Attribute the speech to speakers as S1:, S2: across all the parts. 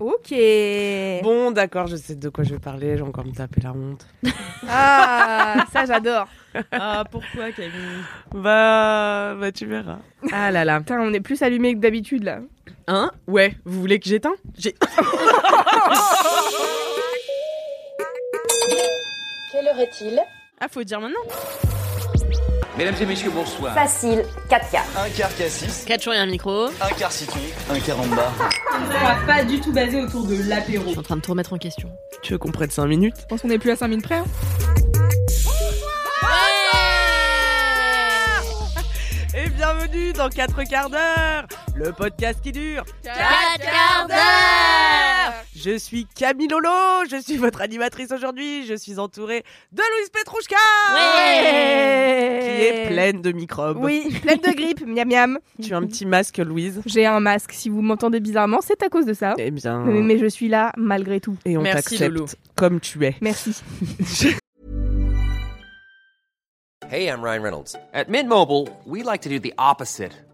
S1: Ok.
S2: Bon, d'accord, je sais de quoi je vais parler. J'ai encore me taper la honte.
S1: Ah, ça j'adore.
S3: Ah, pourquoi, Camille
S2: Bah, bah tu verras.
S3: Ah là là.
S1: Putain, on est plus allumé que d'habitude là.
S3: Hein Ouais, vous voulez que j'éteins J'ai.
S4: Quelle heure est-il
S3: Ah, faut dire maintenant
S5: Mesdames et messieurs, bonsoir.
S4: Facile, 4 quarts.
S5: Un quart cassis,
S6: 4 jours et un micro. Je
S5: un quart citron, un quart amba.
S6: suis en train de tout remettre en question.
S2: Tu veux qu'on prenne 5 minutes
S1: Je pense qu'on est plus à 5000 près. hein.
S2: Et bienvenue dans 4 quarts d'heure, le podcast qui dure. Je suis Camille Lolo, je suis votre animatrice aujourd'hui. Je suis entourée de Louise Petrouchka qui est pleine de microbes.
S1: Oui, pleine de grippe, miam miam.
S2: Tu as un petit masque, Louise
S1: J'ai un masque. Si vous m'entendez bizarrement, c'est à cause de ça.
S2: Eh bien.
S1: Mais, mais je suis là malgré tout.
S2: Et on
S3: Merci, Lolo.
S2: t'accepte comme tu es.
S1: Merci.
S7: Hey, I'm Ryan Reynolds. At Mint Mobile, we like to do the opposite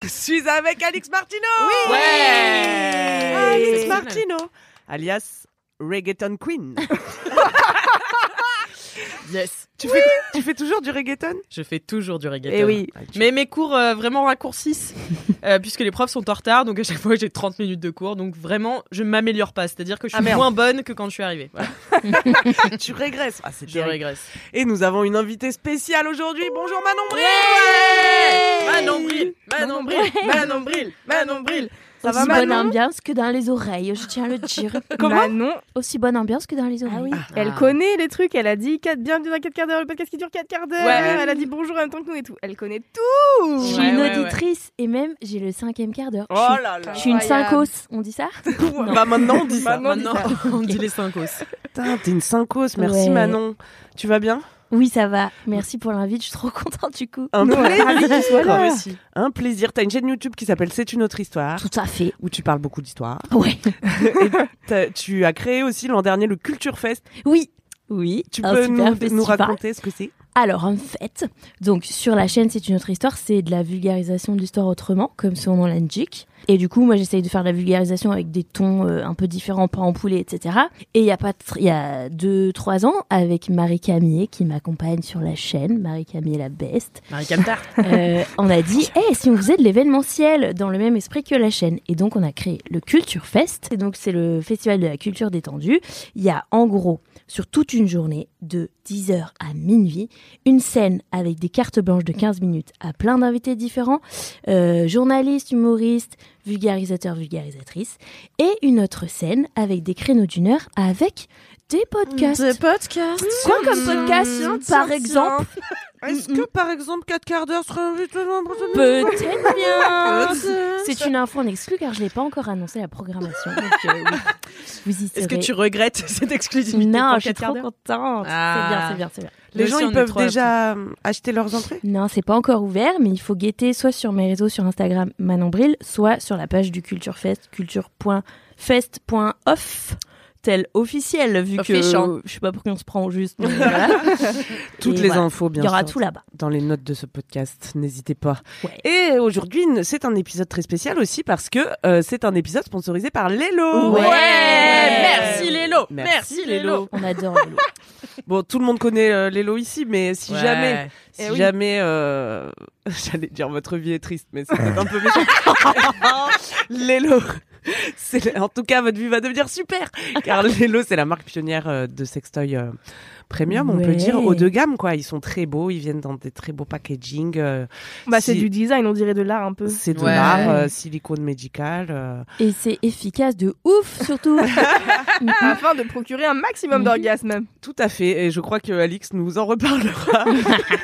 S2: Je suis avec Alix Martino
S1: Oui Ouais
S2: Alix Martino, alias Reggaeton Queen.
S3: Yes.
S2: tu, fais, tu fais toujours du reggaeton
S3: Je fais toujours du reggaeton.
S1: Et Eh oui.
S3: Mais mes cours euh, vraiment raccourcissent, euh, puisque les profs sont en retard, donc à chaque fois j'ai 30 minutes de cours, donc vraiment je m'améliore pas, c'est-à-dire que je
S2: Ah,
S3: suis
S2: merde.
S3: moins bonne que quand je suis arrivée. Voilà,
S2: tu régresses. Ah, c'est
S3: je
S2: terrible.
S3: régresse.
S2: Et nous avons une invitée spéciale aujourd'hui. Bonjour Manon Bril
S3: Manon Bril, Manon Bril, Manon Bril, Manon Bril.
S1: Ça va
S8: Aussi bonne
S1: Manon
S8: ambiance que dans les oreilles, je tiens à le dire.
S1: Manon,
S8: Aussi bonne ambiance que dans les oreilles.
S1: Ah elle connaît les trucs, elle a dit quatre- bienvenue dans 4 quarts d'heure, le podcast qui dure 4 quarts d'heure,
S3: Ouais.
S1: elle a dit bonjour en même temps que nous et tout. Elle connaît tout
S8: Je suis
S3: Ouais,
S8: une
S3: ouais, ouais.
S8: auditrice et même j'ai le cinquième quart d'heure.
S2: Oh là là
S8: je suis une
S1: Incroyable.
S8: syncos, on dit ça Non.
S2: Bah maintenant on dit ça.
S1: Manon,
S3: Maintenant, on dit les cinq os.
S2: Putain, t'es une syncos, merci
S8: Ouais.
S2: Manon. Tu vas bien
S8: Oui, ça va. Merci pour l'invite, je suis trop contente du coup.
S2: Un
S1: ravie que tu sois là.
S2: plaisir.
S3: Moi aussi.
S2: Un plaisir. T'as une chaîne YouTube qui s'appelle C'est une autre histoire,
S8: Tout à fait.
S2: où tu parles beaucoup d'histoire.
S8: Ouais.
S2: T'as- Tu as créé aussi l'an dernier le Culture Fest.
S8: Oui. Oui.
S2: Tu
S8: un
S2: peux
S8: super
S2: nous, nous
S8: festival.
S2: raconter ce que c'est
S8: Alors en fait, donc sur la chaîne C'est une autre histoire, c'est de la vulgarisation de l'histoire autrement, comme son nom l'indique. Et du coup, moi j'essaye de faire de la vulgarisation avec des tons euh, un peu différents, pas empoulés, etc. Et il y a pas, tr- il y a deux, trois ans, avec Marie Camier qui m'accompagne sur la chaîne, Marie Camier la best,
S3: Marie Camtard.
S8: euh, on a dit, Eh, si on faisait de l'événementiel dans le même esprit que la chaîne. Et donc, on a créé le Culture Fest. Et donc, c'est le festival de la culture détendue. Il y a, en gros, sur toute une journée, de 10h à minuit, une scène avec des cartes blanches de 15 minutes à plein d'invités différents, euh, journalistes, humoristes, vulgarisateurs, vulgarisatrices, et une autre scène avec des créneaux d'une heure avec des podcasts. Mmh.
S1: podcast.
S8: Quoi comme podcast, par exemple
S2: Est-ce que par exemple 4 quarts d'heure serait invité
S8: Peut-être bien C'est une info en exclu car je l'ai pas encore annoncé la programmation. donc, euh, oui. Vous y serez.
S3: Est-ce que tu regrettes cette exclusivité
S8: Non,
S3: pour
S8: je suis
S3: quatre quarts
S8: trop
S3: d'heure
S8: contente.
S3: Ah.
S8: C'est bien, c'est bien, c'est bien.
S2: Les
S3: Nous
S2: gens
S3: aussi, on
S2: ils
S3: est
S2: peuvent
S3: trois à la
S2: déjà euh, acheter leurs entrées
S8: Non, c'est pas encore ouvert, mais il faut guetter soit sur mes réseaux sur Instagram Manon Bril, soit sur la page du Culture Fest, culture.fest.off, tel officiel, vu que
S3: Official.
S8: je sais pas pourquoi on se prend au juste. mais voilà.
S2: Toutes
S8: Et
S2: les
S8: voilà.
S2: infos bien
S8: Il y aura
S2: sûr
S8: tout là-bas.
S2: dans les notes de ce podcast, n'hésitez pas.
S8: Ouais.
S2: Et aujourd'hui, n- c'est un épisode très spécial aussi parce que euh, c'est un épisode sponsorisé par Lelo.
S8: Ouais.
S3: Merci Lélo
S2: Merci,
S3: Merci Lélo
S8: On adore les lots.
S2: Bon, tout le monde connaît euh, Lelo ici, mais si
S3: Ouais.
S2: jamais, si
S1: Eh oui.
S2: jamais, euh, j'allais dire votre vie est triste, mais c'est peut-être un peu méchant. Lelo. C'est, en tout cas, votre vie va devenir super, car Lelo, c'est la marque pionnière euh, de sextoy euh, premium, on peut
S8: Ouais.
S2: dire, haut de gamme, quoi. Ils sont très beaux, ils viennent dans des très beaux packaging. euh,
S1: Bah c'est
S2: si-
S1: du design, on dirait de l'art un peu.
S2: C'est de
S3: Ouais.
S2: l'art, euh, silicone médical. euh.
S8: Et c'est efficace de ouf, surtout.
S1: Afin de procurer un maximum
S8: Mhm.
S1: d'orgasme.
S2: Tout à fait. Et je crois que Alix nous en reparlera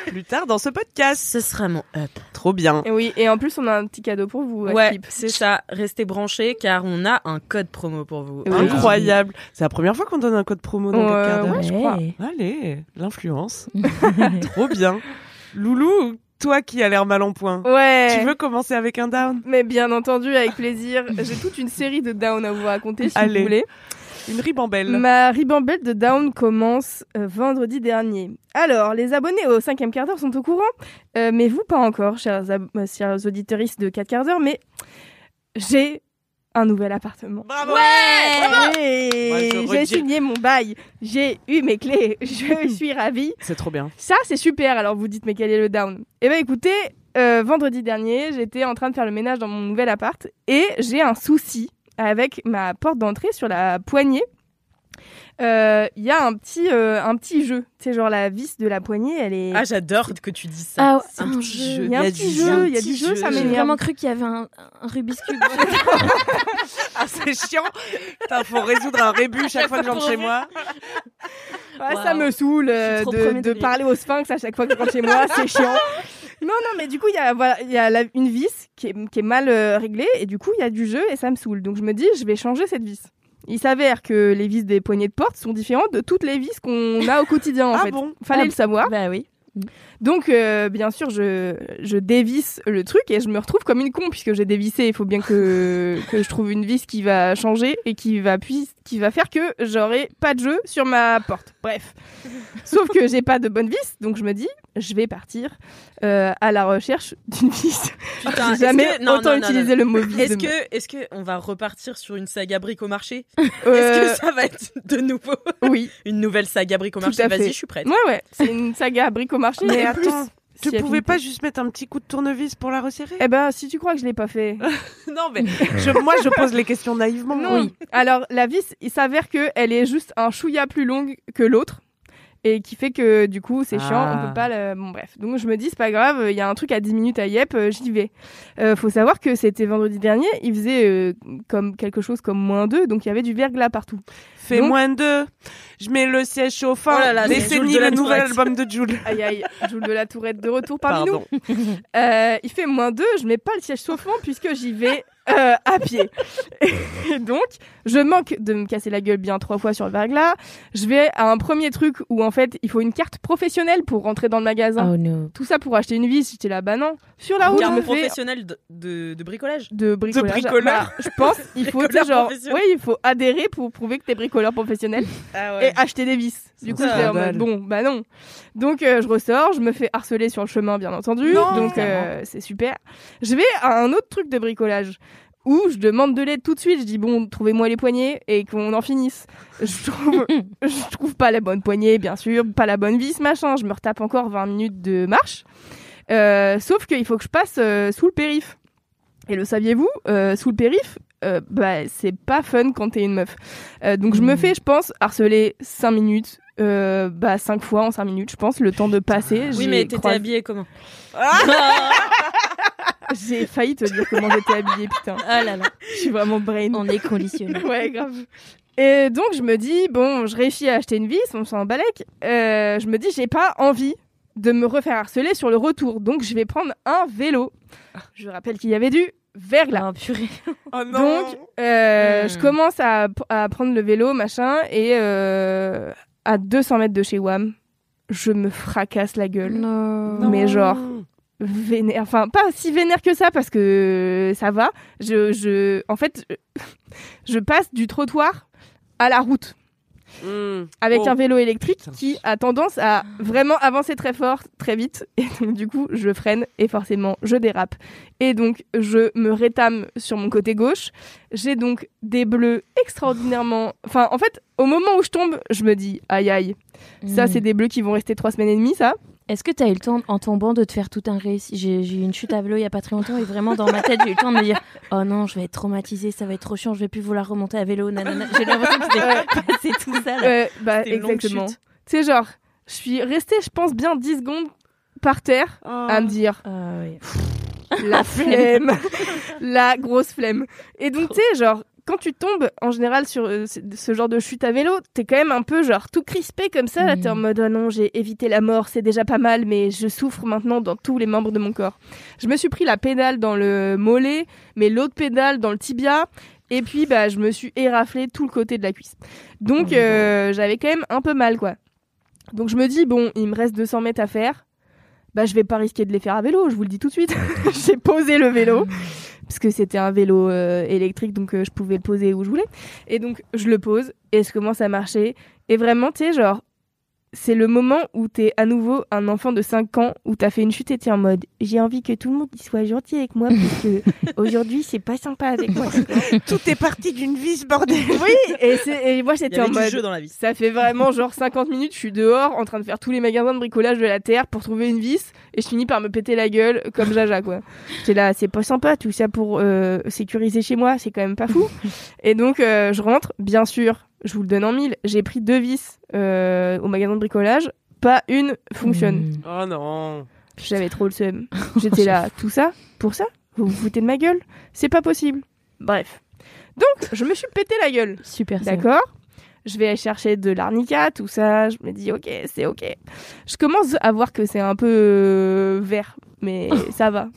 S2: plus tard dans Ah, ce podcast.
S3: Ce sera mon up.
S2: Trop bien.
S1: Et oui, et en plus on a un petit cadeau pour vous.
S3: Ouais,
S1: Askip.
S3: c'est ça. Restez branchés car car on a un code promo pour vous.
S2: Oui. Incroyable. C'est la première fois qu'on donne un code promo dans
S1: Ouais,
S2: quatre quarts d'heure.
S8: ouais, je crois. Ouais.
S2: Allez, l'influence. Trop bien. Loulou, toi qui as l'air mal en point,
S1: Ouais.
S2: tu veux commencer avec un down
S1: Mais bien entendu, avec plaisir. J'ai toute une série de down à vous raconter si
S2: Allez.
S1: vous voulez.
S2: Une ribambelle.
S1: Ma ribambelle de Down commence euh, vendredi dernier. Alors, les abonnés au cinquième quart d'heure sont au courant, euh, mais vous pas encore, chers, ab- euh, chers auditeuristes de 4 quarts d'heure, mais j'ai un nouvel appartement.
S2: Bravo
S1: Ouais.
S2: Ouais, je
S1: j'ai
S2: redis.
S1: signé mon bail, j'ai eu mes clés, je suis ravie.
S2: C'est trop bien.
S1: Ça, c'est super. Alors, vous dites, mais quel est le down Eh bien, écoutez, euh, vendredi dernier, j'étais en train de faire le ménage dans mon nouvel appart et j'ai un souci avec ma porte d'entrée sur la poignée. Euh, Il y a un petit, euh, un petit jeu. Tu sais, genre la vis de la poignée, elle est.
S3: Ah, j'adore que tu dis ça.
S8: Ah,
S3: C'est un
S8: un
S3: petit
S8: jeu.
S3: jeu.
S1: il y a un petit jeu, il y a du jeu, ça
S8: J'ai
S1: m'énerve.
S8: vraiment cru qu'il y avait un, un Rubik's Cube.
S2: Ah, c'est chiant. Putain, faut résoudre un rébut chaque fois que j'entre chez moi.
S1: Ouais,
S8: Wow.
S1: Ça me saoule euh,
S8: Je suis trop
S1: de,
S8: premier
S1: de
S8: degré.
S1: parler au sphinx à chaque fois que je rentre chez moi, c'est chiant. Non, non, mais du coup, il y a, voilà, il y a la- une vis qui est, qui est mal euh, réglée et du coup, il y a du jeu et ça me saoule. Donc, je me dis, je vais changer cette vis. Il s'avère que les vis des poignées de porte sont différentes de toutes les vis qu'on a au quotidien, en
S2: ah
S1: fait.
S2: bon
S1: Fallait
S8: Ah.
S1: le savoir.
S8: bah oui.
S1: Donc, euh, bien sûr, je, je dévisse le truc et je me retrouve comme une con puisque j'ai dévissé. Il faut bien que, que je trouve une vis qui va changer et qui va, puis, qui va faire que j'aurai pas de jeu sur ma porte. Bref. Sauf que j'ai pas de bonne vis, donc je me dis, je vais partir euh, à la recherche d'une vis.
S3: Putain,
S1: J'ai
S3: Ah, est-ce
S1: jamais
S3: que- non,
S1: autant
S3: non, non,
S1: utilisé
S3: non.
S1: le mot vis.
S3: Est-ce
S1: de ma-
S3: que, est-ce que on va repartir sur une saga bric au marché
S1: Euh,
S3: Est-ce que ça va être de nouveau
S1: Oui.
S3: une nouvelle saga bric au
S1: Tout
S3: marché
S1: à
S3: Vas-y,
S1: fait.
S3: je suis prête.
S1: Ouais, ouais. C'est une saga bric-au-marché.
S2: Mais
S1: et
S2: attends,
S1: plus, si
S2: Tu pouvais
S1: affinité.
S2: pas juste mettre un petit coup de tournevis pour la resserrer
S1: Eh ben, si tu crois que je l'ai pas fait.
S2: Non, mais je- moi, je pose les questions naïvement.
S1: Non. Alors la vis, il s'avère que elle est juste un chouïa plus longue que l'autre. Et qui fait que du coup c'est chiant,
S2: Ah.
S1: on peut pas le... Bon bref, donc je me dis c'est pas grave, il y a un truc à 10 minutes à Yep, euh, j'y vais. Euh, faut savoir que c'était vendredi dernier, il faisait euh, comme quelque chose comme moins 2, donc il y avait du verglas partout.
S2: Fais
S1: Donc-
S2: moins deux. Je mets le siège chauffant.
S3: Oh là là, c'est Jules
S2: Décennie,
S3: de la
S2: le nouvel
S3: Tourette.
S2: album de Jules.
S1: Aïe aïe, Jules de la Tourette de retour parmi nous.
S2: Pardon.
S1: Euh, il fait moins 2, je mets pas le siège chauffant puisque j'y vais euh, à pied. Et donc, je manque de me casser la gueule bien trois fois sur le verglas. Je vais à un premier truc où en fait, il faut une carte professionnelle pour rentrer dans le magasin.
S8: Oh no.
S1: Tout ça pour acheter une vis, j'étais là, bah non. Sur la route, je
S3: Car
S1: me fais
S3: professionnel de, de- de bricolage.
S1: de bricolage.
S2: bricoleur.
S1: Bah, je pense, il faut, tu sais,
S3: Bricoleur
S1: genre,
S3: professionnel.
S1: oui, il faut adhérer pour prouver que t'es bricoleur professionnel
S3: Ah
S1: et acheter des vis. Du coup,
S2: un
S1: j'étais en mode
S2: scandale.
S1: bon, bah non. Donc euh, je ressors, je me fais harceler sur le chemin, bien entendu. donc euh, c'est super. Je vais à un autre truc de bricolage où je demande de l'aide tout de suite. Je dis bon, trouvez-moi les poignées et qu'on en finisse. Je trouve, je trouve pas la bonne poignée, bien sûr, pas la bonne vis, machin. Je me retape encore 20 minutes de marche. Euh, sauf qu'il faut que je passe euh, sous le périph. Et le saviez-vous, euh, sous le périph, euh, bah, c'est pas fun quand t'es une meuf. Euh, donc je me
S8: Mm.
S1: fais, je pense, harceler 5 minutes, euh, bah 5 fois en 5 minutes, je pense, le temps de passer.
S3: Oui,
S1: J'ai
S3: mais t'étais
S1: croisé-
S3: habillée comment
S1: J'ai failli te dire comment j'étais habillée, putain.
S8: Ah là là.
S1: Je suis vraiment brain.
S8: On est conditionnés.
S1: Ouais, grave. Et donc, je me dis, bon, je réussis à acheter une vis, on s'en balèque. Euh, je me dis, j'ai pas envie de me refaire harceler sur le retour. Donc, je vais prendre un vélo. Je rappelle qu'il y avait du verglas.
S8: Ah, purée.
S2: Oh
S1: Donc, euh,
S3: Hmm.
S1: je commence à, à prendre le vélo, machin, et euh, à 200 mètres de chez WAM, je me fracasse la gueule.
S8: Non.
S1: mais genre,
S2: Hmm.
S1: vénère, enfin pas si vénère que ça parce que ça va. Je, je, en fait, je, je passe du trottoir à la route
S2: Mm.
S1: avec
S2: Oh.
S1: un vélo électrique
S2: Putain.
S1: qui a tendance à vraiment avancer très fort, très vite. Et donc du coup, je freine et forcément, je dérape. Et donc, je me rétame sur mon côté gauche. J'ai donc des bleus extraordinairement. Enfin, en fait, au moment où je tombe, je me dis aïe aïe. Ça,
S8: Mm.
S1: c'est des bleus qui vont rester trois semaines et demie, ça.
S8: Est-ce que t'as eu le temps, en tombant, de te faire tout un récit J'ai j'ai eu une chute à vélo il y a pas très longtemps et vraiment dans ma tête, j'ai eu le temps de me dire Oh non, je vais être traumatisée, ça va être trop chiant, je vais plus vouloir remonter à vélo. nanana. J'ai l'impression que c'était passé tout ça. Là.
S1: Ouais, bah,
S3: C'était une longue
S1: exactement. Tu
S3: chute.
S1: sais, genre, je suis restée, je pense, bien 10 secondes par terre à
S3: Oh.
S1: me dire
S8: Ah oui.
S1: la flemme, la grosse flemme. Et donc, tu sais, genre, quand tu tombes en général sur euh, ce- ce genre de chute à vélo, t'es quand même un peu genre tout crispé comme ça. Là, t'es en
S8: Mm.
S1: mode oh non, j'ai évité la mort, c'est déjà pas mal, mais je souffre maintenant dans tous les membres de mon corps. Je me suis pris la pédale dans le mollet, mais l'autre pédale dans le tibia. Et puis, bah, je me suis éraflé tout le côté de la cuisse. Donc, euh, j'avais quand même un peu mal, quoi. Donc, je me dis, bon, il me reste 200 mètres à faire. Bah, je vais pas risquer de les faire à vélo, je vous le dis tout de suite. J'ai posé le vélo. Parce que c'était un vélo euh, électrique, donc euh, je pouvais le poser où je voulais. Et donc, je le pose et je commence à marcher. Et vraiment, tu sais, genre, c'est le moment où t'es à nouveau un enfant de 5 ans, où t'as fait une chute et t'es en mode j'ai envie que tout le monde soit gentil avec moi, parce que aujourd'hui c'est pas sympa avec moi.
S9: Tout est parti d'une vis, bordel.
S1: oui, et, c'est- et moi
S3: Il
S1: j'étais
S3: y
S1: en
S3: avait
S1: mode.
S3: du jeu dans la vie.
S1: Ça fait vraiment genre 50 minutes, je suis dehors en train de faire tous les magasins de bricolage de la terre pour trouver une vis et je finis par me péter la gueule comme Jaja quoi. J'étais là, c'est pas sympa tout ça pour euh, sécuriser chez moi, c'est quand même pas fou. Et donc euh, je rentre, bien sûr, je vous le donne en mille, j'ai pris deux vis euh, au magasin de bricolage, pas une fonctionne.
S8: Mmh. Hmm.
S2: Oh non.
S1: J'avais trop le seum. J'étais là, tout ça Pour ça Vous vous foutez de ma gueule C'est pas possible. Bref. Donc, je me suis pété la gueule.
S8: Super. ça.
S1: D'accord Je vais chercher de l'arnica, tout ça. Je me dis, ok, c'est ok. Je commence à voir que c'est un peu euh, vert, mais ça va.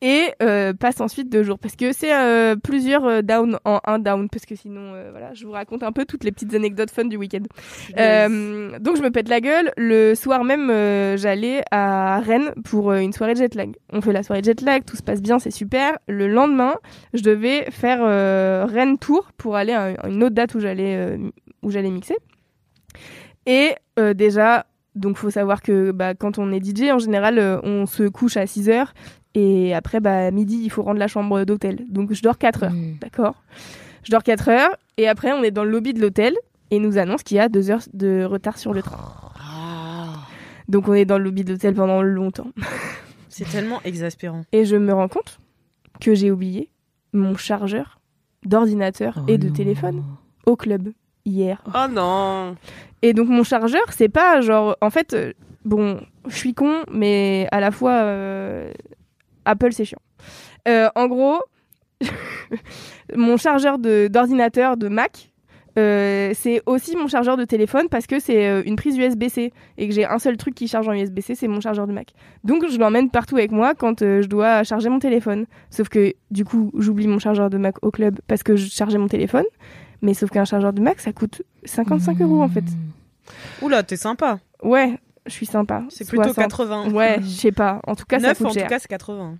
S1: Et euh, passe ensuite deux jours, parce que c'est euh, plusieurs euh, down en un down, parce que sinon, euh, voilà, je vous raconte un peu toutes les petites anecdotes fun du week-end. Euh, donc je me pète la gueule. Le soir même, euh, j'allais à Rennes pour euh, une soirée de jet lag. On fait la soirée de jet lag, tout se passe bien, c'est super. Le lendemain, je devais faire euh, Rennes Tour pour aller à à une autre date où j'allais euh, où j'allais mixer. Et euh, déjà, donc faut savoir que bah, quand on est DJ, en général, euh, on se couche à 6 heures et après, bah, à midi, il faut rendre la chambre d'hôtel. Donc je dors 4 heures.
S8: Mm.
S1: D'accord. Je dors 4 heures et après on est dans le lobby de l'hôtel et il nous annonce qu'il y a 2 heures de retard sur le train.
S2: Ah.
S1: Donc on est dans le lobby de l'hôtel pendant longtemps.
S3: C'est tellement exaspérant.
S1: Et je me rends compte que j'ai oublié mon chargeur d'ordinateur
S8: Oh
S1: et de
S8: non.
S1: téléphone au club hier.
S2: Oh non.
S1: Et donc mon chargeur, c'est pas genre... En fait, euh, bon, je suis con, mais à la fois, euh, Apple, c'est chiant. Euh, en gros, mon chargeur de- d'ordinateur de, Mac, euh, c'est aussi mon chargeur de téléphone parce que c'est euh, une prise USB-C et que j'ai un seul truc qui charge en USB-C, c'est mon chargeur de Mac. Donc je l'emmène partout avec moi quand euh, je dois charger mon téléphone. Sauf que du coup, j'oublie mon chargeur de Mac au club parce que je chargeais mon téléphone. Mais sauf qu'un chargeur de Mac, ça coûte
S8: Mmh.
S1: 55 euros en fait.
S8: Hmm.
S3: Oula, t'es sympa.
S1: Ouais, je suis sympa.
S3: C'est plutôt
S1: 60.
S3: 80.
S1: Ouais, je sais pas. En tout cas, ça
S3: 9
S1: coûte
S3: en
S1: cher.
S3: tout cas, c'est 80.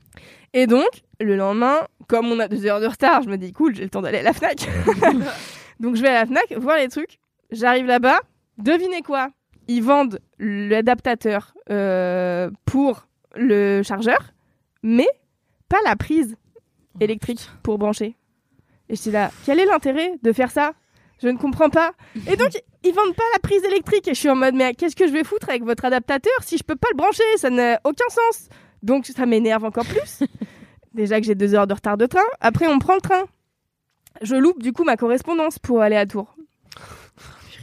S1: Et donc, le lendemain, comme on a deux heures de retard, je me dis cool, j'ai le temps d'aller à la Fnac. donc je vais à la Fnac voir les trucs. J'arrive là-bas, devinez quoi Ils vendent l'adaptateur euh, pour le chargeur, mais pas la prise électrique pour brancher. Et je suis là, quel est l'intérêt de faire ça Je ne comprends pas. Et donc, ils vendent pas la prise électrique. Et je suis en mode, mais qu'est-ce que je vais foutre avec votre adaptateur si je peux pas le brancher Ça n'a aucun sens. Donc, ça m'énerve encore plus. Déjà que j'ai deux heures de retard de train. Après, on prend le train. Je loupe du coup ma correspondance pour aller à Tours.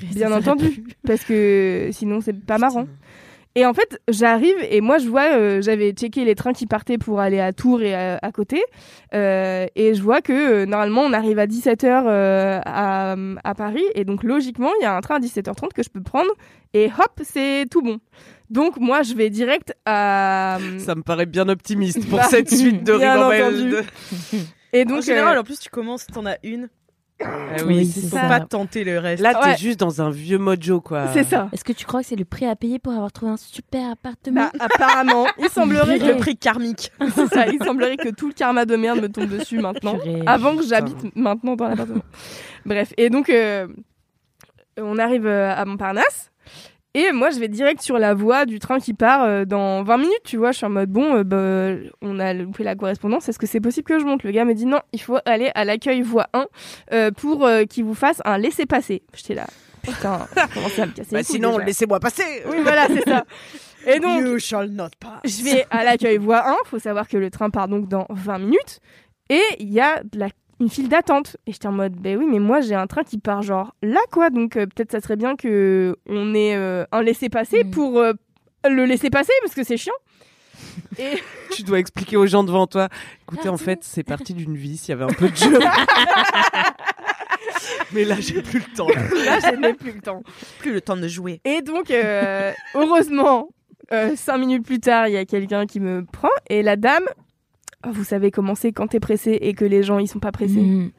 S1: Bien entendu. Parce que sinon, c'est pas marrant. Et en fait, j'arrive et moi, je vois, euh, j'avais checké les trains qui partaient pour aller à Tours et à, à côté. Euh, et je vois que euh, normalement, on arrive à 17h euh, à, à Paris. Et donc, logiquement, il y a un train à 17h30 que je peux prendre. Et hop, c'est tout bon. Donc, moi, je vais direct à.
S2: Ça me paraît bien optimiste pour
S1: Bah,
S2: cette suite de Euh,
S1: bien
S2: ribambelles.
S1: entendu.
S2: de-
S1: Et
S3: Donc,
S1: donc,
S3: en général,
S1: euh,
S3: en plus, tu commences, t'en as une.
S2: Ah oui,
S8: Oui,
S2: c'est
S8: c'est
S3: Faut
S8: ça.
S3: pas tenter le reste.
S2: Là, t'es
S1: Ouais.
S2: juste dans un vieux mojo, quoi.
S1: c'est ça.
S8: Est-ce que tu crois que c'est le prix à payer pour avoir trouvé un super appartement
S1: Bah, apparemment, il semblerait
S8: Purée.
S1: que
S3: le prix karmique.
S1: C'est ça, il semblerait que tout le karma de merde me tombe dessus maintenant.
S8: Purée.
S1: Avant que j'habite maintenant dans l'appartement. Bref, et donc euh, on arrive euh, à Montparnasse. Et moi, je vais direct sur la voie du train qui part euh, dans 20 minutes, tu vois. Je suis en mode, bon, euh, bah, on a loupé la correspondance, est-ce que c'est possible que je monte Le gars me dit, non, il faut aller à l'accueil voie 1 euh, pour euh, qu'il vous fasse un laissez-passer. J'étais là, putain, on commence à me casser.
S2: Bah,
S1: les couilles
S2: sinon,
S1: déjà.
S2: laissez-moi passer.
S1: Oui, voilà, c'est ça. Et donc,
S3: you shall not pass.
S1: je vais à l'accueil voie 1. Faut savoir que le train part donc dans 20 minutes. Et il y a de la- une file d'attente. Et j'étais en mode, ben oui, mais moi j'ai un train qui part genre là quoi. Donc euh, peut-être ça serait bien que on ait euh, un laissez-passer
S8: Mm.
S1: pour euh, le laisser passer parce que c'est chiant. Et
S2: Tu dois expliquer aux gens devant toi.
S1: Ah,
S2: Écoutez, en
S8: Pardon.
S2: fait, c'est parti d'une vie, il y avait un peu de jeu. Mais là, j'ai plus le temps.
S1: là, je n'ai plus le temps.
S3: plus le temps de jouer.
S1: Et donc, euh, heureusement, euh, cinq minutes plus tard, il y a quelqu'un qui me prend et la dame vous savez comment c'est quand t'es pressé et que les gens ils sont pas pressés.
S8: Mhm.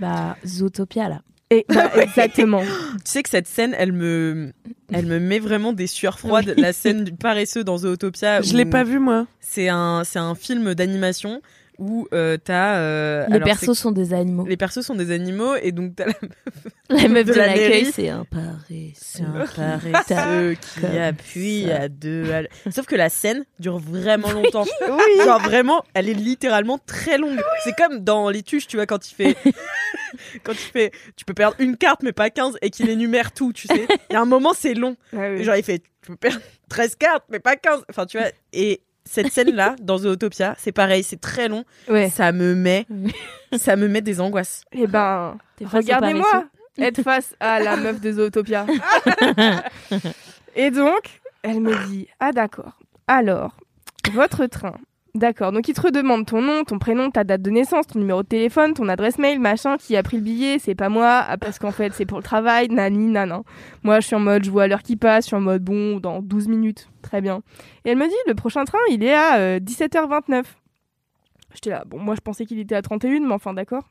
S8: Bah, Zootopia là.
S1: Et bah, exactement.
S3: Tu sais que cette scène, elle me, elle me met vraiment des sueurs froides. La scène du paresseux dans Zootopia.
S2: Je
S3: où
S2: l'ai pas vu, moi.
S3: C'est un, c'est un film d'animation où euh, t'as. euh,
S8: Les
S3: alors,
S8: persos
S3: c'est-
S8: sont des animaux.
S3: Les persos sont des animaux et donc t'as la
S8: La meuf
S3: de
S8: de
S3: la
S8: l'accueil,
S3: mairie.
S8: c'est un paresseux.
S3: paresseux qui
S8: Comme
S3: appuie
S8: ça.
S3: à deux. à l- Sauf que la scène dure vraiment longtemps. Genre vraiment, elle est littéralement très longue. C'est comme dans les tuches, tu vois, quand il fait. Quand il fait, tu peux perdre une carte mais pas 15 et qu'il énumère tout, tu sais. Il y a un moment, c'est long.
S1: Ouais, ouais.
S3: Genre, il fait, tu peux perdre 13 cartes mais pas 15. Enfin, tu vois, et cette scène-là, dans Zootopia, c'est pareil, c'est très long.
S1: Ouais.
S3: Ça me met, ça me met des angoisses.
S1: Eh ben,
S8: T'es face au
S1: regardez-moi
S8: paresseux.
S1: être face à la meuf de Zootopia. Et donc, elle me dit Ah, d'accord. Alors, votre train. D'accord. Donc, il te redemande ton nom, ton prénom, ta date de naissance, ton numéro de téléphone, ton adresse mail, machin, qui a pris le billet, c'est pas moi, ah, parce qu'en fait, c'est pour le travail, nani, nanan. Moi, je suis en mode, je vois l'heure qui passe, je suis en mode, bon, dans 12 minutes, très bien. Et elle me dit Le prochain train, il est à euh, 17h29. J'étais là, bon, moi, je pensais qu'il était à 31, mais enfin, d'accord.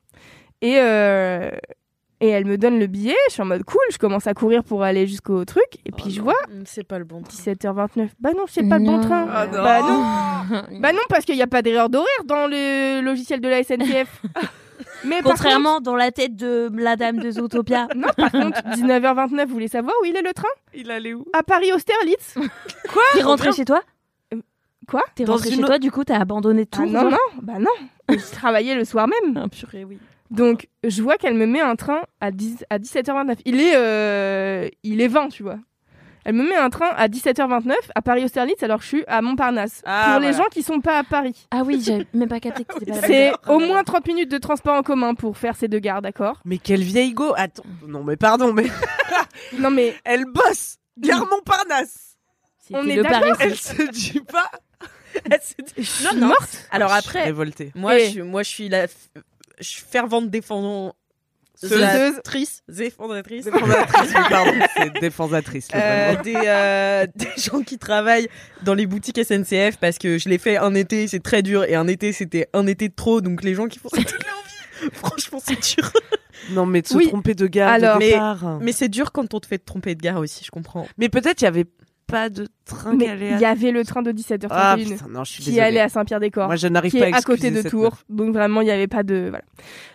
S1: Et, euh, et elle me donne le billet, je suis en mode cool, je commence à courir pour aller jusqu'au truc, et
S3: Oh
S1: puis je vois
S3: C'est pas le bon.
S1: 17h29. Bah non, c'est pas le bon
S8: Non.
S1: train.
S8: Ah non.
S1: Bah non. Bah non, parce qu'il n'y a pas d'erreur d'horaire dans le logiciel de la SNCF. Mais par
S8: Contrairement dans la tête de la dame de Zootopia.
S1: contre- non, par contre, 19h29, vous voulez savoir où il est le train
S2: Il allait où
S1: À Paris-Austerlitz.
S8: T'es rentré chez toi
S1: Euh, quoi
S8: T'es
S2: Dans
S8: rentré
S2: une
S8: chez
S2: au-
S8: toi, du coup, t'as abandonné tout
S1: Ah non, non, bah non. Je travaillais le soir même.
S8: Ah, purée, oui.
S1: Donc, je vois qu'elle me met un train à, 10 à 17h29. Il est, euh, il est 20, tu vois. Elle me met un train à 17h29 à Paris-Austerlitz alors que je suis à Montparnasse.
S3: Ah,
S1: Pour les
S3: voilà.
S1: gens qui sont pas à Paris.
S8: Ah oui, j'avais même pas capté que t'étais pas là.
S1: C'est au moins 30 minutes de transport en commun pour faire ces deux gares, d'accord
S2: Mais quelle vieille go Attends, non mais pardon, mais
S1: Non mais
S2: elle bosse Gare Montparnasse
S8: C'était
S1: on est
S8: le
S1: d'accord.
S8: paresseux.
S2: Elle se dit pas
S1: Non, non.
S3: Alors
S2: Je suis
S3: après,
S2: Révoltée.
S3: moi,
S1: Et-
S3: je, moi, je suis la f- je suis fervente défendant.
S1: Ceuseuse.
S3: Zéfondatrice, zéfondatrice,
S2: Défensatrice, oui, pardon, c'est défensatrice. là,
S3: euh,
S2: vraiment.
S3: des, euh, des gens qui travaillent dans les boutiques SNCF parce que je l'ai fait un été, c'est très dur, et un été c'était un été de trop, donc les gens qui font ça toute leur vie, franchement c'est dur.
S2: Non mais de se
S1: Oui.
S2: tromper de gare
S1: Alors-
S2: de
S3: Mais-
S2: départ. Mais,
S3: Mais c'est dur quand on te fait tromper de gare aussi, je comprends.
S2: peut-être il y avait pas de train qui
S1: Mais
S2: allait à...
S1: il y avait le train de 17h31
S2: Ah putain, non, je suis
S1: qui allait
S2: désolée.
S1: à Saint-Pierre-des-Corps,
S2: Moi je n'arrive
S1: qui
S2: pas à
S1: est à côté
S2: excuser
S1: de
S2: cette
S1: Tours. Donc vraiment, il n'y avait pas de. Voilà.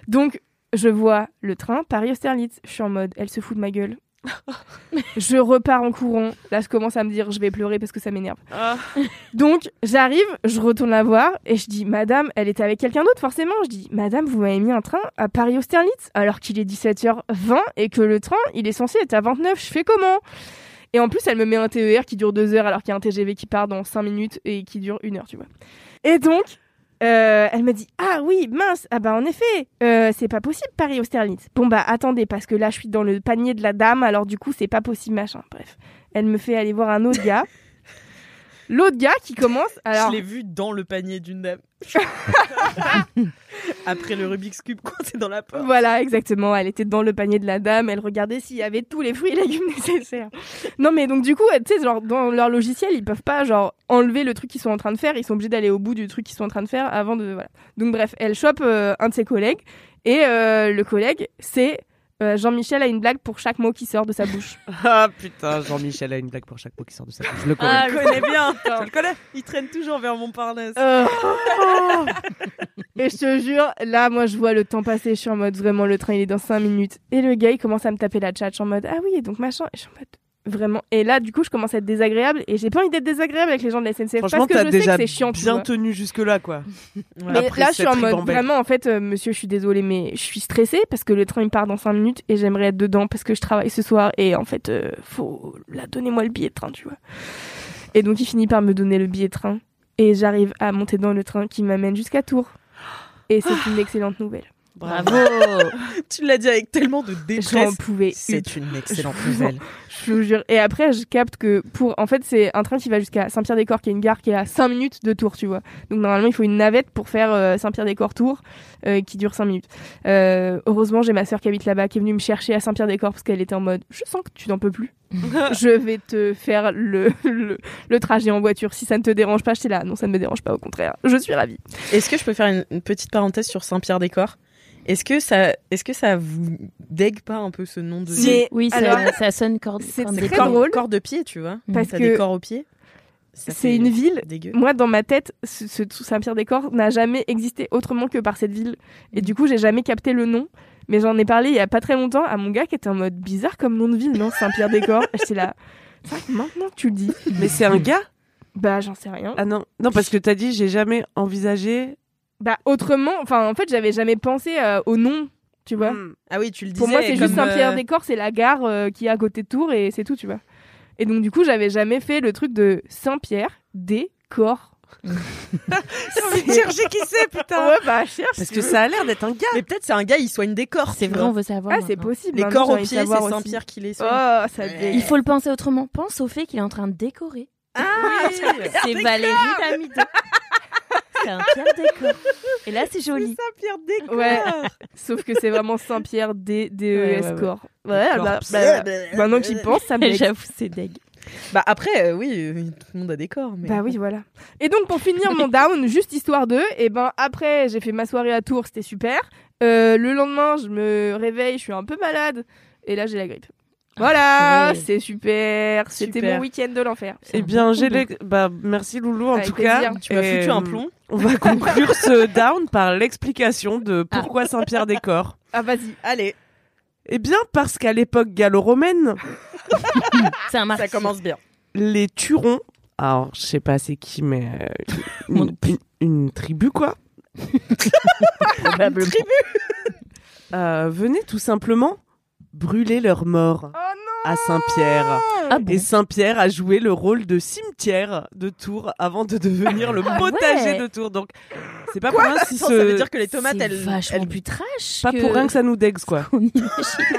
S1: Donc, je vois le train Paris-Austerlitz. Je suis en mode, elle se fout de ma gueule. je repars en courant. Là, je commence à me dire, je vais pleurer parce que ça m'énerve.
S2: Ah.
S1: Donc, j'arrive, je retourne la voir et je dis, Madame, elle était avec quelqu'un d'autre, forcément. Je dis, Madame, vous m'avez mis un train à Paris-Austerlitz alors qu'il est 17h20 et que le train, il est censé être à 29. Je fais comment Et en plus, elle me met un TER qui dure deux heures alors qu'il y a un TGV qui part dans cinq minutes et qui dure une heure, tu vois. Et donc, euh, elle me dit Ah oui, mince, ah bah en effet, euh, c'est pas possible Paris-Austerlitz. Bon bah attendez, parce que là je suis dans le panier de la dame, alors du coup c'est pas possible, machin. Bref, elle me fait aller voir un autre gars. L'autre gars qui commence. Alors,
S3: Je l'ai vu dans le panier d'une dame. Après le Rubik's Cube quand t'es dans la porte.
S1: Voilà, exactement. Elle était dans le panier de la dame. Elle regardait s'il y avait tous les fruits et légumes nécessaires. Non, mais donc du coup, tu sais, genre dans leur logiciel, ils peuvent pas genre enlever le truc qu'ils sont en train de faire. Ils sont obligés d'aller au bout du truc qu'ils sont en train de faire avant de voilà. Donc bref, elle chope euh, un de ses collègues et euh, le collègue, c'est euh, Jean-Michel a une blague pour chaque mot qui sort de sa bouche.
S2: blague. Ah putain, Jean-Michel a une blague pour chaque mot qui sort de sa bouche. Je le connais.
S1: Ah,
S3: Je le connais bien. Je le connais. Il traîne toujours vers Montparnasse.
S1: Euh.
S2: Oh.
S1: et je te jure, là, moi, je vois le temps passer. Je suis en mode vraiment, le train, il est dans 5 minutes. Et le gars, il commence à me taper la tchatche en mode Ah oui, et donc machin. Et je suis en mode Vraiment. Et là, du coup, je commence à être désagréable. Et j'ai pas envie d'être désagréable avec les gens de la SNCF parce
S2: Franchement,
S1: que je
S2: t'as
S1: sais
S2: déjà
S1: que c'est chiant. tu
S2: bien
S1: vois.
S2: tenu jusque-là, quoi.
S1: Mais
S2: après
S1: là, je suis
S2: cette
S1: en mode
S2: ribambelle.
S1: vraiment, en fait, euh, monsieur, je suis désolée, mais je suis stressée parce que le train il part dans 5 minutes et j'aimerais être dedans parce que je travaille ce soir et en fait, euh, faut là, donnez-moi le billet de train, tu vois. Et donc, il finit par me donner le billet de train et j'arrive à monter dans le train qui m'amène jusqu'à Tours. Et c'est une excellente nouvelle.
S8: Bravo.
S3: tu l'as dit avec tellement de détresse.
S1: J'en pouvais
S3: C'est une excellente nouvelle.
S1: Je vous jure. Et après, je capte que pour. En fait, c'est un train qui va jusqu'à Saint-Pierre-des-Corps, qui est une gare qui est à 5 minutes de Tours, tu vois. Donc, normalement, il faut une navette pour faire euh, Saint-Pierre-des-Corps-Tours, euh, qui dure 5 minutes. Euh, heureusement, j'ai ma sœur qui habite là-bas, qui est venue me chercher à Saint-Pierre-des-Corps, parce qu'elle était en mode Je sens que tu n'en peux plus. je vais te faire le, le, le trajet en voiture. Si ça ne te dérange pas, je suis là. Non, ça ne me dérange pas, au contraire. Je suis ravie.
S3: Est-ce que je peux faire une, une petite parenthèse sur Saint-Pierre-des-Corps Est-ce que ça, est-ce que ça vous dégue pas un peu ce nom de
S1: Si.
S8: Oui, ça,
S1: Alors,
S8: ça sonne corde.
S1: c'est
S8: corde
S1: très
S8: des
S3: corps,
S8: cordes.
S1: drôle.
S3: corps de pied, tu vois
S1: Parce
S3: T'as
S1: que-
S3: des corps aux pieds. Ça
S1: C'est
S3: fait
S1: une ville.
S3: Dégueu.
S1: Moi, dans ma tête, ce, ce tout Saint-Pierre-des-Corps n'a jamais existé autrement que par cette ville. Et du coup, j'ai jamais capté le nom. Mais j'en ai parlé il y a pas très longtemps à mon gars qui était en mode bizarre comme nom de ville, non Saint-Pierre-des-Corps. Et J'étais là. C'est vrai que maintenant que tu le dis,
S2: Mais c'est un gars
S1: bah j'en sais rien.
S2: Ah non, non parce que t'as dit j'ai jamais envisagé.
S1: Bah autrement, enfin en fait, j'avais jamais pensé euh, au nom, Mm. tu vois.
S2: Hmm.
S3: Ah oui, tu le disais.
S1: Pour moi, c'est juste
S3: comme, euh,
S1: Saint-Pierre-des-Corps, c'est la gare euh, qui est à côté de Tours et c'est tout, tu vois. Et donc, du coup, j'avais jamais fait le truc de Saint-Pierre-des-Corps.
S9: J'ai envie de chercher qui c'est, putain.
S1: Ouais, bah, cherche.
S2: Parce que ça a l'air d'être un gars.
S3: Mais peut-être c'est un gars, il soigne des corps.
S8: C'est
S3: tu
S8: vrai,
S3: vois.
S8: on veut savoir.
S1: Ah, c'est
S8: maintenant.
S1: possible.
S3: Les
S1: maintenant,
S3: corps
S1: j'ai
S3: aux
S1: envie de
S3: pieds, c'est
S1: savoir aussi.
S3: Saint-Pierre qui les soigne.
S1: Oh, ça dégue.
S8: Il faut le penser autrement. Pense au fait qu'il est en train de décorer.
S3: Ah,
S8: C'est Valérie Damido. C'est un Pierre décor. Et là, c'est joli.
S3: Saint-Pierre des corps.
S1: Ouais. Sauf que c'est vraiment Saint-Pierre D D E
S8: Ouais, ouais,
S1: S
S8: ouais.
S1: corps. Ouais, bah, bah, maintenant que j'y pense,
S3: Ah,
S1: ça me dégue.
S8: J'avoue, c'est deg.
S3: Bah après, euh, oui, euh, tout le monde a des corps. Mais...
S1: Bah oui, voilà. Et donc pour finir mon down, juste histoire de, et ben après j'ai fait ma soirée à Tours, c'était super. Euh, le lendemain, je me réveille, je suis un peu malade, et là j'ai la grippe. Voilà,
S8: purée.
S1: c'est Ah, super. C'était
S3: Super.
S1: mon week-end de l'enfer.
S2: Eh bien, j'ai les... bah, merci Loulou en
S1: Avec
S2: tout
S1: plaisir.
S2: cas.
S3: Tu m'as
S2: Et,
S3: foutu un
S2: euh,
S3: plomb.
S2: On va conclure ce down par l'explication de pourquoi Saint-Pierre des Corps.
S1: Ah vas-y.
S3: Allez,
S2: Eh bien, parce qu'à l'époque gallo-romaine,
S8: C'est un martyr.
S3: Ah, ça commence bien.
S2: les Turons, alors je sais pas c'est qui, mais euh,
S8: Moi
S2: une, une- une tribu quoi,
S8: probablement.
S2: euh, venaient tout simplement brûler leurs morts
S1: Oh non.
S2: à Saint-Pierre.
S8: Ah bon
S2: Et Saint-Pierre a joué le rôle de cimetière de Tours avant de devenir le potager
S8: ouais.
S2: de Tours. Donc, c'est pas pour rien si
S3: Ah Attends,
S2: ce-
S3: Ça veut dire que les tomates,
S8: C'est
S3: elles,
S8: vachement
S3: elles-
S8: plus trash.
S2: pas pour rien que ça nous dégue quoi.
S8: qu'on imagine.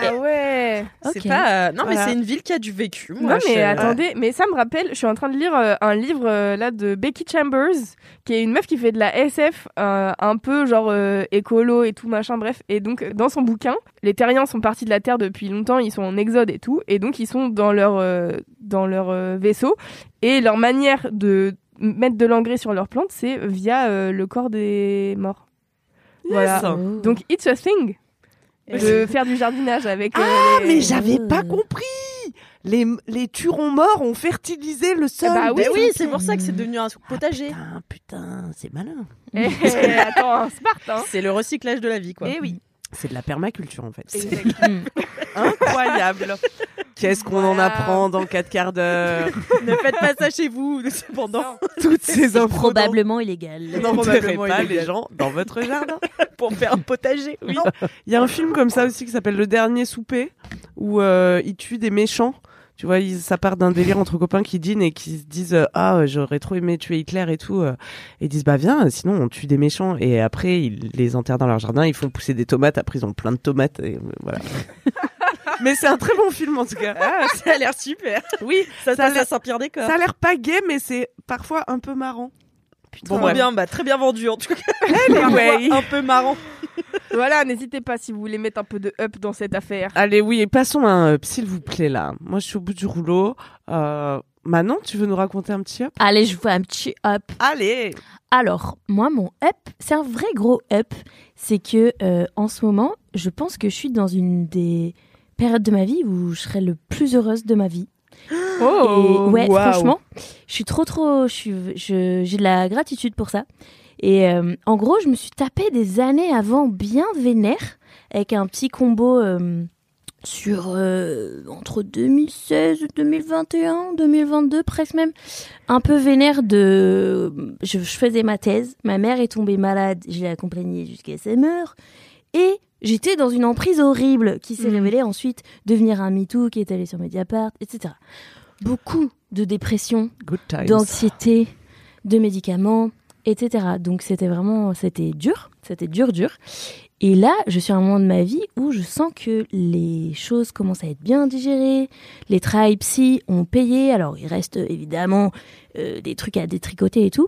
S1: Ah ouais.
S3: c'est
S8: Ok.
S3: pas. euh, Non, mais
S2: Voilà.
S3: c'est une ville qui a du vécu.
S1: Non
S3: Moi, je-
S1: mais attendez, mais ça me rappelle, je suis en train de lire euh, un livre euh, là de Becky Chambers, qui est une meuf qui fait de la SF euh, un peu genre euh, écolo et tout machin, bref. Et donc euh, dans son bouquin, les Terriens sont partis de la Terre depuis longtemps, ils sont en exode et tout, et donc ils sont dans leur euh, dans leur euh, vaisseau et leur manière de mettre de l'engrais sur leurs plantes, c'est via euh, le corps des morts. Voilà.
S3: Ah,
S2: Yes.
S8: Oh.
S1: Donc it's a thing
S3: Et-
S1: de faire du jardinage avec. euh,
S2: Ah,
S1: les-
S2: mais j'avais
S8: Euh.
S2: pas compris les, les Turons morts ont fertilisé le sol.
S1: bah oui,
S3: Mais Eh oui, c'est
S8: Saint-Pierre.
S3: pour ça que c'est devenu un potager. hein.
S2: Putain, putain, c'est malin.
S1: Eh, eh, attends, un Sparte, hein.
S3: C'est le recyclage de la vie, quoi.
S1: Eh oui.
S2: C'est de la permaculture en fait. C'est
S1: Exact.
S3: Hmm.
S2: incroyable. Qu'est-ce qu'on en
S1: Voilà.
S2: apprend dans 4 quarts d'heure
S3: ne faites pas ça chez vous, cependant.
S2: Toutes ces infos.
S8: Probablement illégal.
S2: N'en ferez
S3: Probablement
S2: pas
S3: illégal.
S2: les gens dans votre jardin.
S3: Pour faire un potager. Oui.
S2: Il y a un film comme ça aussi qui s'appelle Le Dernier Souper où euh, ils tuent des méchants. Tu vois, ils- ça part d'un délire entre copains qui dînent et qui se disent euh, ah euh, j'aurais trop aimé tuer Hitler et tout. euh. et ils disent bah viens sinon on tue des méchants et après ils les enterrent dans leur jardin, ils font pousser des tomates, après ils ont plein de tomates et euh, voilà. mais c'est un très bon film en tout cas.
S3: ça a l'air super.
S2: oui,
S3: Ça,
S2: Ça a
S3: ça,
S2: l'air-
S3: ça Saint-Pierre des corps.
S2: ça a l'air pas gay mais c'est parfois un peu marrant.
S3: Bon,
S2: bref.
S3: bien, bah, très bien vendu en tout cas. Parfois un peu marrant.
S1: Voilà, n'hésitez pas si vous voulez mettre un peu de up dans cette affaire.
S2: Allez, oui, et passons à un up, s'il vous plaît, là. Moi, je suis au bout du rouleau. Euh, Manon, tu veux nous raconter un petit up
S8: Allez, je vous fais un petit hop.
S2: Allez
S8: Alors, moi, mon up, c'est un vrai gros up. C'est que euh, en ce moment, je pense que je suis dans une des périodes de ma vie où je serai le plus heureuse de ma vie.
S1: Oh
S8: Et ouais,
S2: waouh.
S8: franchement, je suis trop, trop. je suis- je- J'ai de la gratitude pour ça. Et euh, en gros, je me suis tapé des années avant bien vénère avec un petit combo euh, sur euh, entre 2016, 2021, 2022, presque même. Un peu vénère de. Je, je faisais ma thèse, ma mère est tombée malade, je l'ai accompagnée jusqu'à sa mort. Et. J'étais dans une emprise horrible qui s'est
S1: Mhm.
S8: révélée ensuite devenir un MeToo qui est allé sur Mediapart, etc beaucoup de dépression,
S2: Good times.
S8: d'anxiété, de médicaments, etc. Donc c'était vraiment, c'était dur, c'était dur, dur. Et là, je suis à un moment de ma vie où je sens que les choses commencent à être bien digérées, les trials psy ont payé, alors il reste euh, évidemment euh, des trucs à détricoter et tout,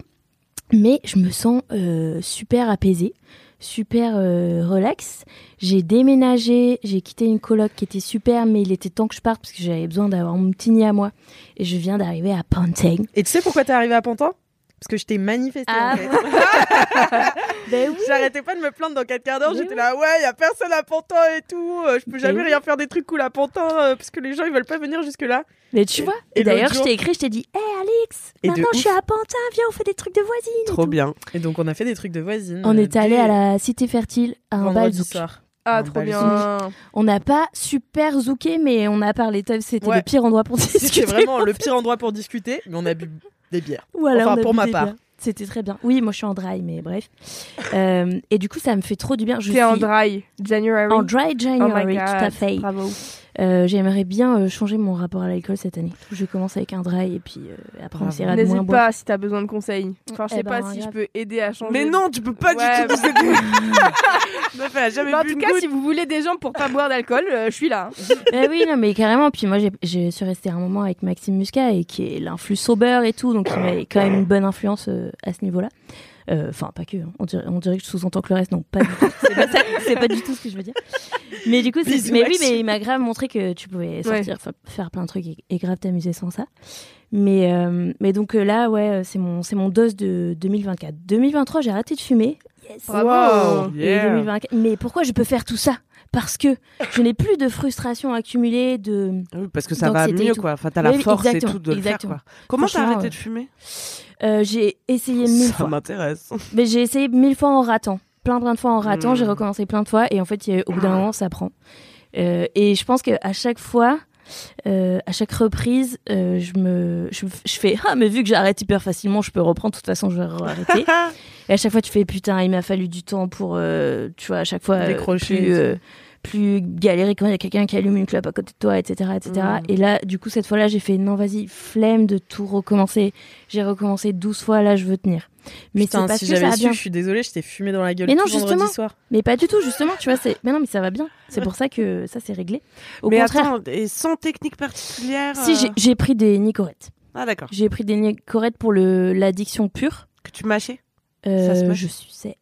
S8: mais je me sens euh, super apaisée, super euh, relax. J'ai déménagé, j'ai quitté une coloc qui était super, mais il était temps que je parte parce que j'avais besoin d'avoir mon petit nid à moi. Et je viens d'arriver à Panteng.
S3: Et tu sais pourquoi t'es arrivée à Pantin Parce que je t'ai manifesté.
S8: Ah
S3: en fait. J'arrêtais pas de me plaindre dans 4 quarts d'heure. J'étais là, ouais, y a personne à Pantin et tout. euh, Je peux jamais
S8: oui.
S3: rien faire des trucs cool à Pantin euh, parce que les gens ils veulent pas venir jusque-là.
S8: Mais tu vois,
S3: et
S8: et
S3: l'autre
S8: d'ailleurs, je
S3: jour-
S8: t'ai écrit, je t'ai dit, hé Alex,
S3: Et de
S8: maintenant je
S3: ouf.
S8: suis à Pantin, viens, on fait des trucs de voisine. et
S2: Trop
S8: tout.
S2: bien.
S3: Et donc on a fait des trucs de voisine. euh,
S8: On est allé à la Cité Fertile, à un bal
S3: vendredi
S8: zouk.
S3: soir.
S1: Ah,
S3: Un
S1: trop
S3: bal
S1: bien.
S8: On n'a pas super zouké, mais on a parlé top, c'était
S3: Ouais.
S8: le pire endroit pour discuter.
S3: C'était vraiment le pire endroit pour discuter, mais on a bu des bières.
S8: Voilà,
S3: enfin,
S8: on a
S3: pour
S8: bu
S3: ma
S8: des
S3: part.
S8: bières. C'était très bien. Oui, moi je suis en dry, mais bref. Euh, et du coup, ça me fait trop du bien. Je
S1: T'es en
S8: suis
S1: dry January.
S8: en dry
S1: Oh
S8: January,
S1: my
S8: tout
S1: god.
S8: à fait.
S1: Bravo.
S8: Euh, J'aimerais bien euh, changer mon rapport à l'alcool cette année. Je commence avec un dry et puis euh, après
S3: Bravo.
S8: on essaiera de moins
S1: N'hésite
S8: boire.
S1: pas si t'as besoin de conseils. Enfin, je
S8: Eh
S1: sais
S8: ben,
S1: pas si je
S8: grave.
S1: peux aider à changer.
S2: Mais non, tu peux pas
S1: Ouais,
S2: du tout
S1: bah-
S2: nous aider. Meuf, elle a jamais
S1: Mais Bah, en
S8: Bah,
S2: bu
S1: tout
S2: une
S1: cas,
S2: goutte.
S1: si vous voulez des gens pour pas boire d'alcool, euh, je suis là.
S8: Eh oui, non, mais carrément. Puis moi, j'ai- je suis restée un moment avec Maxime Muscat et qui est l'influx sober et tout, donc il m'a quand même une bonne influence euh, à ce niveau-là. Euh, Enfin, pas que. hein. On, dirait, on dirait que je sous-entends que le reste, non, pas du tout. C'est pas, ça- c'est pas du tout ce que je veux dire. Mais du coup, c'est-
S3: Bisous,
S8: mais oui,
S3: Maxime.
S8: mais il m'a grave montré que tu pouvais sortir, fa- faire plein de trucs et, et grave t'amuser sans ça. Mais, euh, mais donc euh, là, ouais, c'est mon, c'est mon dose de 2024. 2023, j'ai arrêté de fumer. Yes.
S1: Bravo.
S8: Et
S2: Yeah.
S8: 2024 Mais pourquoi je peux faire tout ça Parce que je n'ai plus de frustration accumulée, de...
S2: Oui, parce que ça
S8: Donc,
S2: va
S8: c'était
S2: mieux,
S8: tout.
S2: quoi. Enfin, t'as la
S8: Oui, oui,
S2: force et
S8: exactement,
S2: tout de le faire,
S8: exactement.
S2: quoi. Comment t'as
S8: Franchement,
S2: arrêté
S8: euh,
S2: de fumer
S8: Euh, j'ai essayé mille
S2: Ça
S8: fois.
S2: m'intéresse.
S8: Mais j'ai essayé mille fois en ratant. Plein, plein de fois en ratant.
S2: Mm.
S8: J'ai recommencé plein de fois. Et en fait, il y a- au bout d'un moment, ça prend. Euh, et je pense qu'à chaque fois, euh, à chaque reprise, euh, je, me, je, je fais Ah, mais vu que j'arrête hyper facilement, je peux reprendre. De toute façon, je vais arrêter.
S3: Ah
S8: et à chaque fois, tu fais Putain, il m'a fallu du temps pour, euh, tu vois, à chaque fois, euh,
S3: Décrocher et
S8: plus,
S3: tout.
S8: euh, plus galérer quand il y a quelqu'un qui allume une clope à côté de toi, etc. etc.
S3: Mmh.
S8: Et là, du coup, cette fois-là, j'ai fait Non, vas-y, flemme de tout recommencer. J'ai recommencé 12 fois. Là, je veux tenir. Mais
S3: Putain,
S8: c'est parce
S3: si
S8: que ça
S3: j'avais
S8: a
S3: su,
S8: bien
S3: je suis désolée, je t'ai fumé dans la gueule.
S8: Mais non,
S3: tout vendredi
S8: justement.
S3: soir.
S8: mais pas du tout, justement, tu vois, c'est. Mais non, mais ça va bien. C'est pour ça que ça, c'est réglé. Au
S2: mais
S8: contraire,
S2: attends, et sans technique particulière.
S8: si j'ai-
S2: euh,
S8: j'ai pris des nicorettes.
S2: Ah, d'accord.
S8: J'ai pris des nicorettes pour le l'addiction pure.
S2: Que tu mâchais
S8: Euh,
S2: se mâche
S8: je suçais.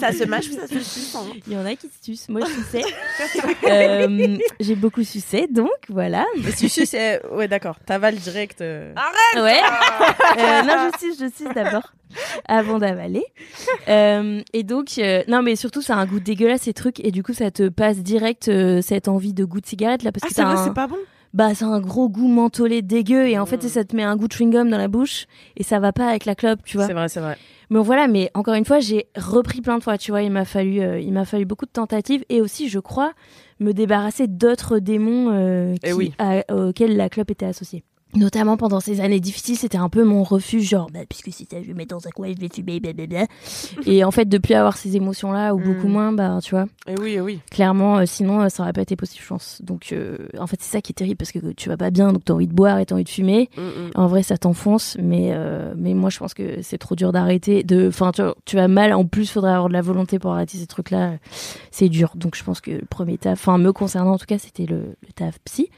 S2: Ça se mâche ou ça se suce hein
S8: Il y en a qui sucent, moi je suçais. Euh, J'ai beaucoup sucé, donc voilà.
S3: Mais si je c'est. Ouais, d'accord. T'avales direct. euh.
S2: Ah,
S8: Ouais. Euh, non, je suce, je suce d'abord, avant d'avaler. Euh, et donc, euh, non, mais surtout, ça a un goût dégueulasse ces trucs, et du coup, ça te passe direct euh, cette envie de goût de cigarette là, parce
S2: Ah,
S8: que
S2: c'est
S8: t'as
S2: vrai,
S8: un-
S2: c'est pas Mm. bon.
S8: bah c'est un gros goût mentholé dégueu et en fait ça te met un goût de chewing gum dans la bouche et ça va pas avec la clope tu vois
S3: C'est vrai, c'est vrai.
S8: mais voilà mais encore une fois j'ai repris plein de fois tu vois il m'a fallu euh, il m'a fallu beaucoup de tentatives et aussi je crois me débarrasser d'autres démons euh,
S2: Eh
S8: qui-
S2: oui.
S8: à- auxquels la clope était associée Notamment pendant ces années difficiles, c'était un peu mon refuge, genre, bah, puisque si ça, je vais mettre dans un coin, je vais fumer, blablabla. Et en fait, depuis avoir ces émotions-là, ou beaucoup
S3: Mm.
S8: moins, bah, tu vois,
S2: Et oui, eh oui.
S8: Clairement, euh, sinon euh, ça aurait pas été possible, je pense. Donc euh, en fait, c'est ça qui est terrible parce que tu vas pas bien, donc t'as envie de boire et t'as envie de fumer.
S2: Mm, mm.
S8: En vrai, ça t'enfonce, mais euh, mais moi je pense que c'est trop dur d'arrêter. De, enfin, tu, tu vas mal. En plus, faudrait avoir de la volonté pour arrêter ces trucs-là. C'est dur. Donc je pense que le premier taf, enfin me concernant en tout cas, c'était le, le taf psy,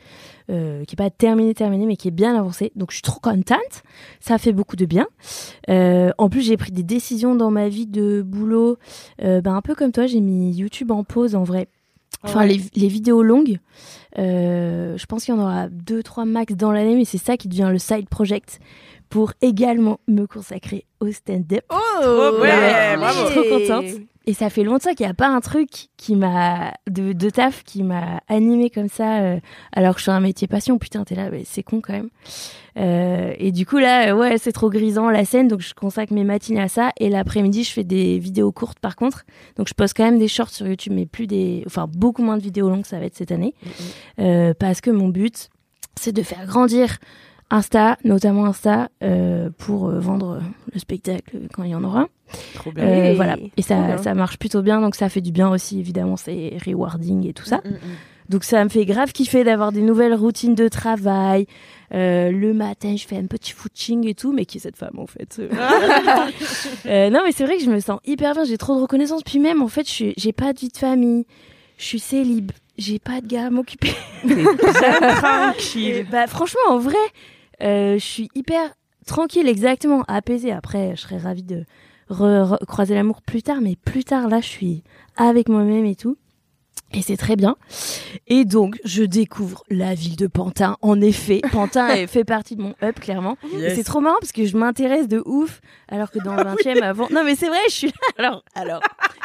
S8: euh, qui est pas terminé terminé, mais qui est bien avancé. Donc je suis trop contente. Ça fait beaucoup de bien. Euh, en plus, j'ai pris des décisions dans ma vie de boulot. Euh, ben, un peu comme toi, j'ai mis YouTube en pause en vrai. Enfin, les, les vidéos longues, euh, je pense qu'il y en aura deux, trois max dans l'année, mais c'est ça qui devient le side project pour également me consacrer au stand-up.
S1: Oh,
S2: Trop
S8: bien,
S1: ouais, Oh,
S8: bravo.
S1: ouais.
S8: Trop contente. Et ça fait longtemps qu'il n'y a pas un truc qui m'a de, de taf qui m'a animé comme ça, euh, alors que je suis un métier passion. Putain, t'es là, mais c'est con quand même. Euh, et du coup là, euh, ouais, c'est trop grisant la scène, donc je consacre mes matinées à ça. Et l'après-midi, je fais des vidéos courtes par contre. Donc je poste quand même des shorts sur YouTube, mais plus des, enfin beaucoup moins de vidéos longues, ça va être cette année, Euh, parce que mon but, c'est de faire grandir. Insta, notamment Insta, euh, pour euh, vendre euh, le spectacle quand il y en aura.
S2: Trop bien.
S8: Euh,
S1: Oui.
S8: voilà. Et
S1: Trop
S8: ça,
S1: bien. Mm,
S8: ça marche plutôt bien, donc ça fait du bien aussi, évidemment, c'est rewarding et tout ça. Donc ça me fait grave kiffer d'avoir des nouvelles routines de travail. Euh, le matin, je fais un petit footing et tout, mais qui est cette femme en fait euh Euh, Non, mais c'est vrai que je me sens hyper bien. J'ai trop de reconnaissance. Puis même, en fait, je suis- j'ai pas de vie de famille. Je suis célib. J'ai pas de gars à m'occuper.
S3: tranquille.
S8: Bah, franchement, en vrai, euh, je suis hyper tranquille, exactement, apaisée. Après, je serais ravie de re- re- croiser l'amour plus tard, mais plus tard, là, je suis avec moi-même et tout. Et c'est très bien. Et donc, je découvre la ville de Pantin. En effet, Pantin est- fait partie de mon up, clairement.
S9: Yes.
S8: Et C'est trop marrant parce que je m'intéresse de ouf, alors que dans le 20 e avant. Non, mais c'est vrai, je suis là. Alors, alors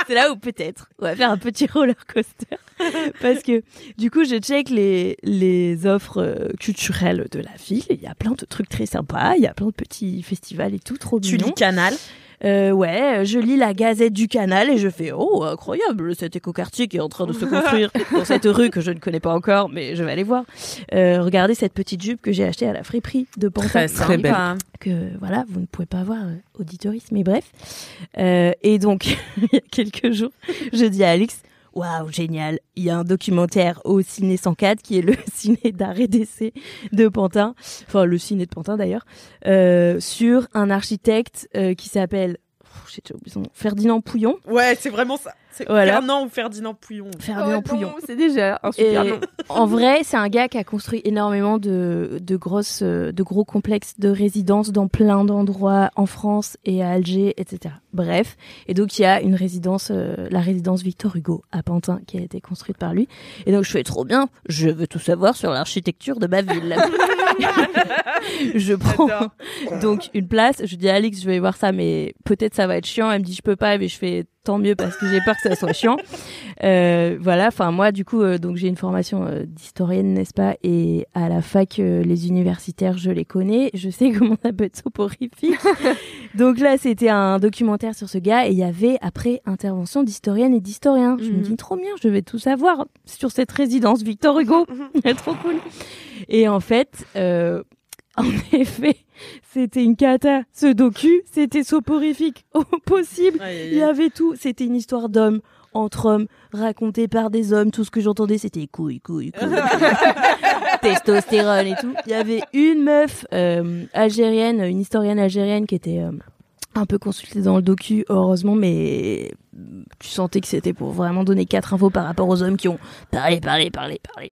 S8: c'est là où peut-être on va faire un petit roller coaster. Parce que du coup, je check les, les offres euh, culturelles de la ville. Il y a plein de trucs très sympas. Il y a plein de petits festivals et tout, trop
S3: Tu
S8: mignon.
S3: lis Canal
S8: Euh, ouais, je lis la Gazette du Canal et je fais oh incroyable cet écoquartier qui est en train de se construire dans cette rue que je ne connais pas encore, mais je vais aller voir. Euh, regardez cette petite jupe que j'ai achetée à la friperie de Pantin,
S3: Très sympa. belle.
S8: que voilà vous ne pouvez pas voir euh, auditoris, mais bref. Euh, et donc il y a quelques jours, je dis à Alex. Waouh, génial! Il y a un documentaire au Ciné 104 qui est le ciné d'arrêt d'essai de Pantin, enfin le ciné de Pantin d'ailleurs, euh, sur un architecte euh, qui s'appelle Pff, j'ai déjà oublié son nom. Ferdinand Pouillon.
S3: Ouais, c'est vraiment ça. C'est
S8: Voilà.
S3: Fernand ou Ferdinand Pouillon.
S1: Oh,
S8: Ferdinand Pouillon.
S1: C'est déjà un super
S8: Et
S1: nom.
S8: en vrai, c'est un gars qui a construit énormément de, de grosses, euh, de gros complexes de résidences dans plein d'endroits en France et à Alger, etc. Bref. Et donc, il y a une résidence, euh, la résidence Victor Hugo à Pantin qui a été construite par lui. Et donc, je fais trop bien. Je veux tout savoir sur l'architecture de ma ville. je prends donc une place. Je dis à Alix, je vais voir ça, mais peut-être ça va être chiant. Elle me dit, je peux pas, mais je fais tant mieux parce que j'ai peur que ça soit chiant. Euh, voilà. Enfin, moi, du coup, euh, donc j'ai une formation euh, d'historienne, n'est-ce pas Et à la fac, euh, les universitaires, je les connais. Je sais comment ça peut être soporifique. donc là, c'était un documentaire sur ce gars et il y avait après intervention d'historienne et d'historien. Je me dis, trop bien, je vais tout savoir sur cette résidence Victor Hugo. trop cool. Et en fait, euh, en effet, c'était une cata. Ce docu, c'était soporifique au possible.
S3: Aïe, aïe, aïe.
S8: Il y avait tout. C'était une histoire d'hommes entre hommes, racontée par des hommes. Tout ce que j'entendais, c'était couille, couille, couille. Testostérone et tout. Il y avait une meuf euh, algérienne, une historienne algérienne qui était euh, un peu consultée dans le docu, heureusement, mais tu sentais que c'était pour vraiment donner quatre infos par rapport aux hommes qui ont parlé, parlé, parlé, parlé.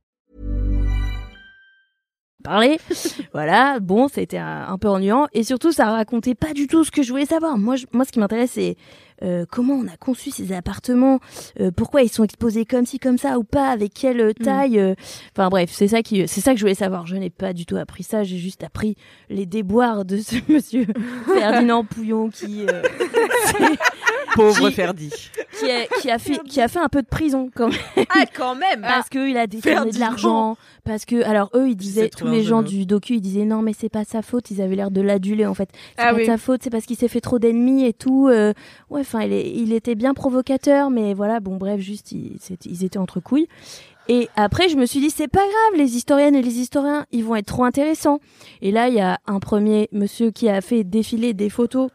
S8: parler. voilà, bon, c'était un, un peu ennuyant. Et surtout, ça racontait pas du tout ce que je voulais savoir. Moi, je- moi ce qui m'intéresse, c'est euh, comment on a conçu ces appartements, euh, pourquoi ils sont exposés comme ci, comme ça ou pas, avec quelle euh, taille. euh. Enfin bref, c'est ça, qui, c'est ça que je voulais savoir. Je n'ai pas du tout appris ça, j'ai juste appris les déboires de ce monsieur Ferdinand Pouillon qui... euh,
S2: Pauvre Ferdi.
S8: qui a, qui a fait qui a fait un peu de prison quand même.
S3: Ah quand même.
S8: Parce que il a
S3: Faire
S8: détourné
S3: du
S8: de l'argent. Parce que alors eux ils disaient tous
S3: trouver un
S8: les
S3: jeu
S8: gens
S3: de
S8: du docu ils disaient non mais c'est pas sa faute ils avaient l'air de l'aduler en fait c'est
S1: Ah
S8: pas
S1: oui.
S8: de sa faute c'est parce qu'il s'est fait trop d'ennemis et tout euh, ouais enfin il, est- il était bien provocateur mais voilà bon bref juste il- c'est- ils étaient entre couilles. Et après, je me suis dit, c'est pas grave, les historiennes et les historiens, ils vont être trop intéressants. Et là, il y a un premier monsieur qui a fait défiler des photos,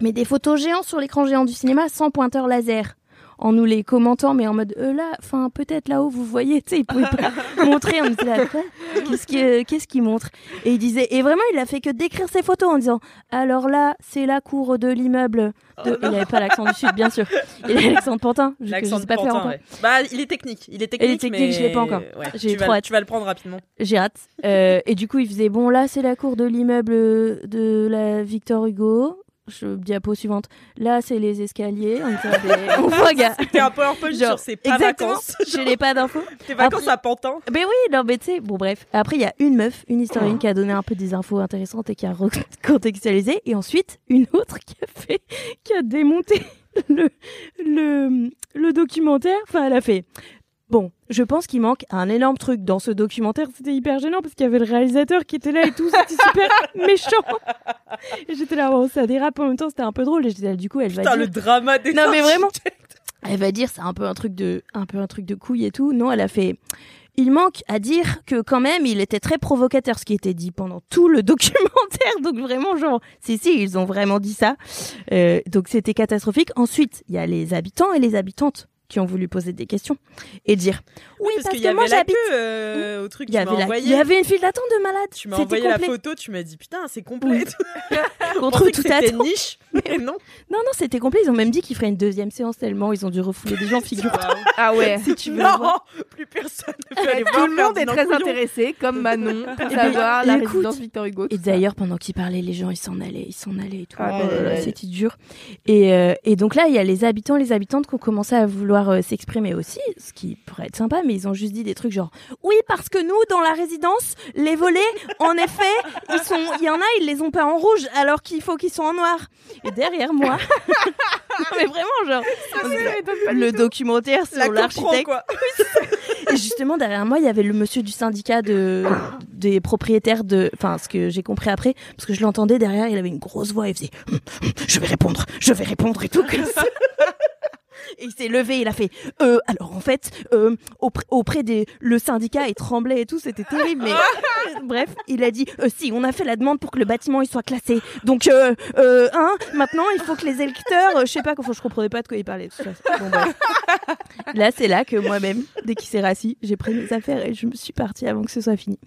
S8: mais des photos géantes sur l'écran géant du cinéma sans pointeur laser. en nous les commentant, mais en mode euh, là, enfin peut-être là-haut vous voyez, tu sais, ils pouvaient pas montrer. On était là, quoi Qu'est-ce qui, euh, qu'est-ce qu'il montre Et il disait, et vraiment, il a fait que décrire ses photos en disant, alors là, c'est la cour de l'immeuble. de- il avait pas l'accent du sud, bien sûr. Il avait l'accent de Pantin. vu que
S3: Oh. L'accent
S8: je sais
S3: de
S8: pas faire
S3: Pantin,
S8: encore.
S3: ouais. Bah, il est technique. Il est technique.
S8: Il est technique,
S3: mais-
S8: je l'ai pas encore. Ah,
S3: Ouais,
S8: J'ai
S3: tu, vas,
S8: trop hâte.
S3: tu vas le prendre rapidement.
S8: J'ai hâte. Euh, et du coup, il faisait bon, là, c'est la cour de l'immeuble de la Victor Hugo. Je, diapo suivante. Là, c'est les escaliers. On, était là, mais- on voit, gars.
S3: C'était un PowerPoint
S8: Genre,
S3: sur ses pas
S8: exactement.
S3: vacances.
S8: Je n'ai pas d'infos.
S3: Tes vacances
S8: Après-
S3: à Pantin.
S8: Mais Ben oui, non, mais tu sais, bon, bref. Après, il y a une meuf, une historienne qui a donné un peu des infos intéressantes et qui a recontextualisé. Et ensuite, une autre qui a fait, qui a démonté le, le, le documentaire. Enfin, elle a fait. Bon, je pense qu'il manque un énorme truc dans ce documentaire. C'était hyper gênant parce qu'il y avait le réalisateur qui était là et tout. C'était super méchant. Et j'étais là, oh, ça dérape. En même temps, c'était un peu drôle. Et j'étais là, du coup, elle va
S3: Putain,
S8: dire-
S3: le drama des
S8: Non, mais vraiment. Elle va dire c'est un peu un truc de un peu un truc de couille et tout. Non, elle a fait il manque à dire que quand même il était très provocateur ce qui était dit pendant tout le documentaire. Donc vraiment genre si si, ils ont vraiment dit ça. Euh, donc c'était catastrophique. Ensuite, il y a les habitants et les habitantes qui ont voulu poser des questions et dire oui parce,
S3: qu'il
S8: que
S3: y
S8: moi
S3: avait la
S8: j'habite
S3: queue euh, au truc.
S8: il y,
S3: tu m'as
S8: avait la-
S3: envoyé.
S8: il y avait une file d'attente de malades.
S3: Tu m'as
S8: C'était
S3: envoyé la
S8: complet.
S3: photo, tu m'as dit putain, c'est complet. et tout.
S8: Contre
S3: Pensais que
S8: toute
S3: c'était
S8: attente.
S3: niche. non.
S8: Non, non, c'était complet. Ils ont même dit qu'ils feraient une deuxième séance tellement ils ont dû refouler des gens, figure
S1: Ah ouais.
S8: si tu veux.
S1: Non,
S8: avoir.
S3: plus personne ne
S1: Tout le monde est très intéressé, comme Manon, pour savoir la
S8: Eh ben, Écoute.
S1: résidence Victor Hugo.
S8: Et d'ailleurs, pendant qu'ils parlaient, les gens, ils s'en allaient, ils s'en allaient et tout.
S1: Ah,
S8: Oh là
S1: ouais,
S8: là,
S1: ouais.
S8: C'était dur. Et, euh, et donc là, il y a les habitants, les habitantes qui ont commencé à vouloir euh, s'exprimer aussi, ce qui pourrait être sympa, mais ils ont juste dit des trucs genre Oui, parce que nous, dans la résidence, les volets, en effet, ils sont, il y en a, ils les ont pas en rouge, alors qu'il faut qu'ils soient en noir. Et derrière moi, Non, mais vraiment, genre, le documentaire
S3: La
S8: sur
S3: comprends,
S8: l'architecte.
S3: quoi.
S8: Et justement, derrière moi, il y avait le monsieur du syndicat de, des propriétaires de. Enfin, ce que j'ai compris après, parce que je l'entendais derrière, il avait une grosse voix, il faisait Hum, hum, Je vais répondre, je vais répondre et tout. comme ça. Et il s'est levé, il a fait euh, alors en fait euh, auprès, auprès des le syndicat il tremblait et tout, c'était terrible mais bref, il a dit euh, si on a fait la demande pour que le bâtiment il soit classé. Donc euh, euh, hein, maintenant il faut que les électeurs euh, je sais pas enfin, je comprenais pas de quoi il parlait. de toute façon. Bon, bref. Là, c'est là que moi-même, dès qu'il s'est rassis, j'ai pris mes affaires et je me suis partie avant que ce soit fini.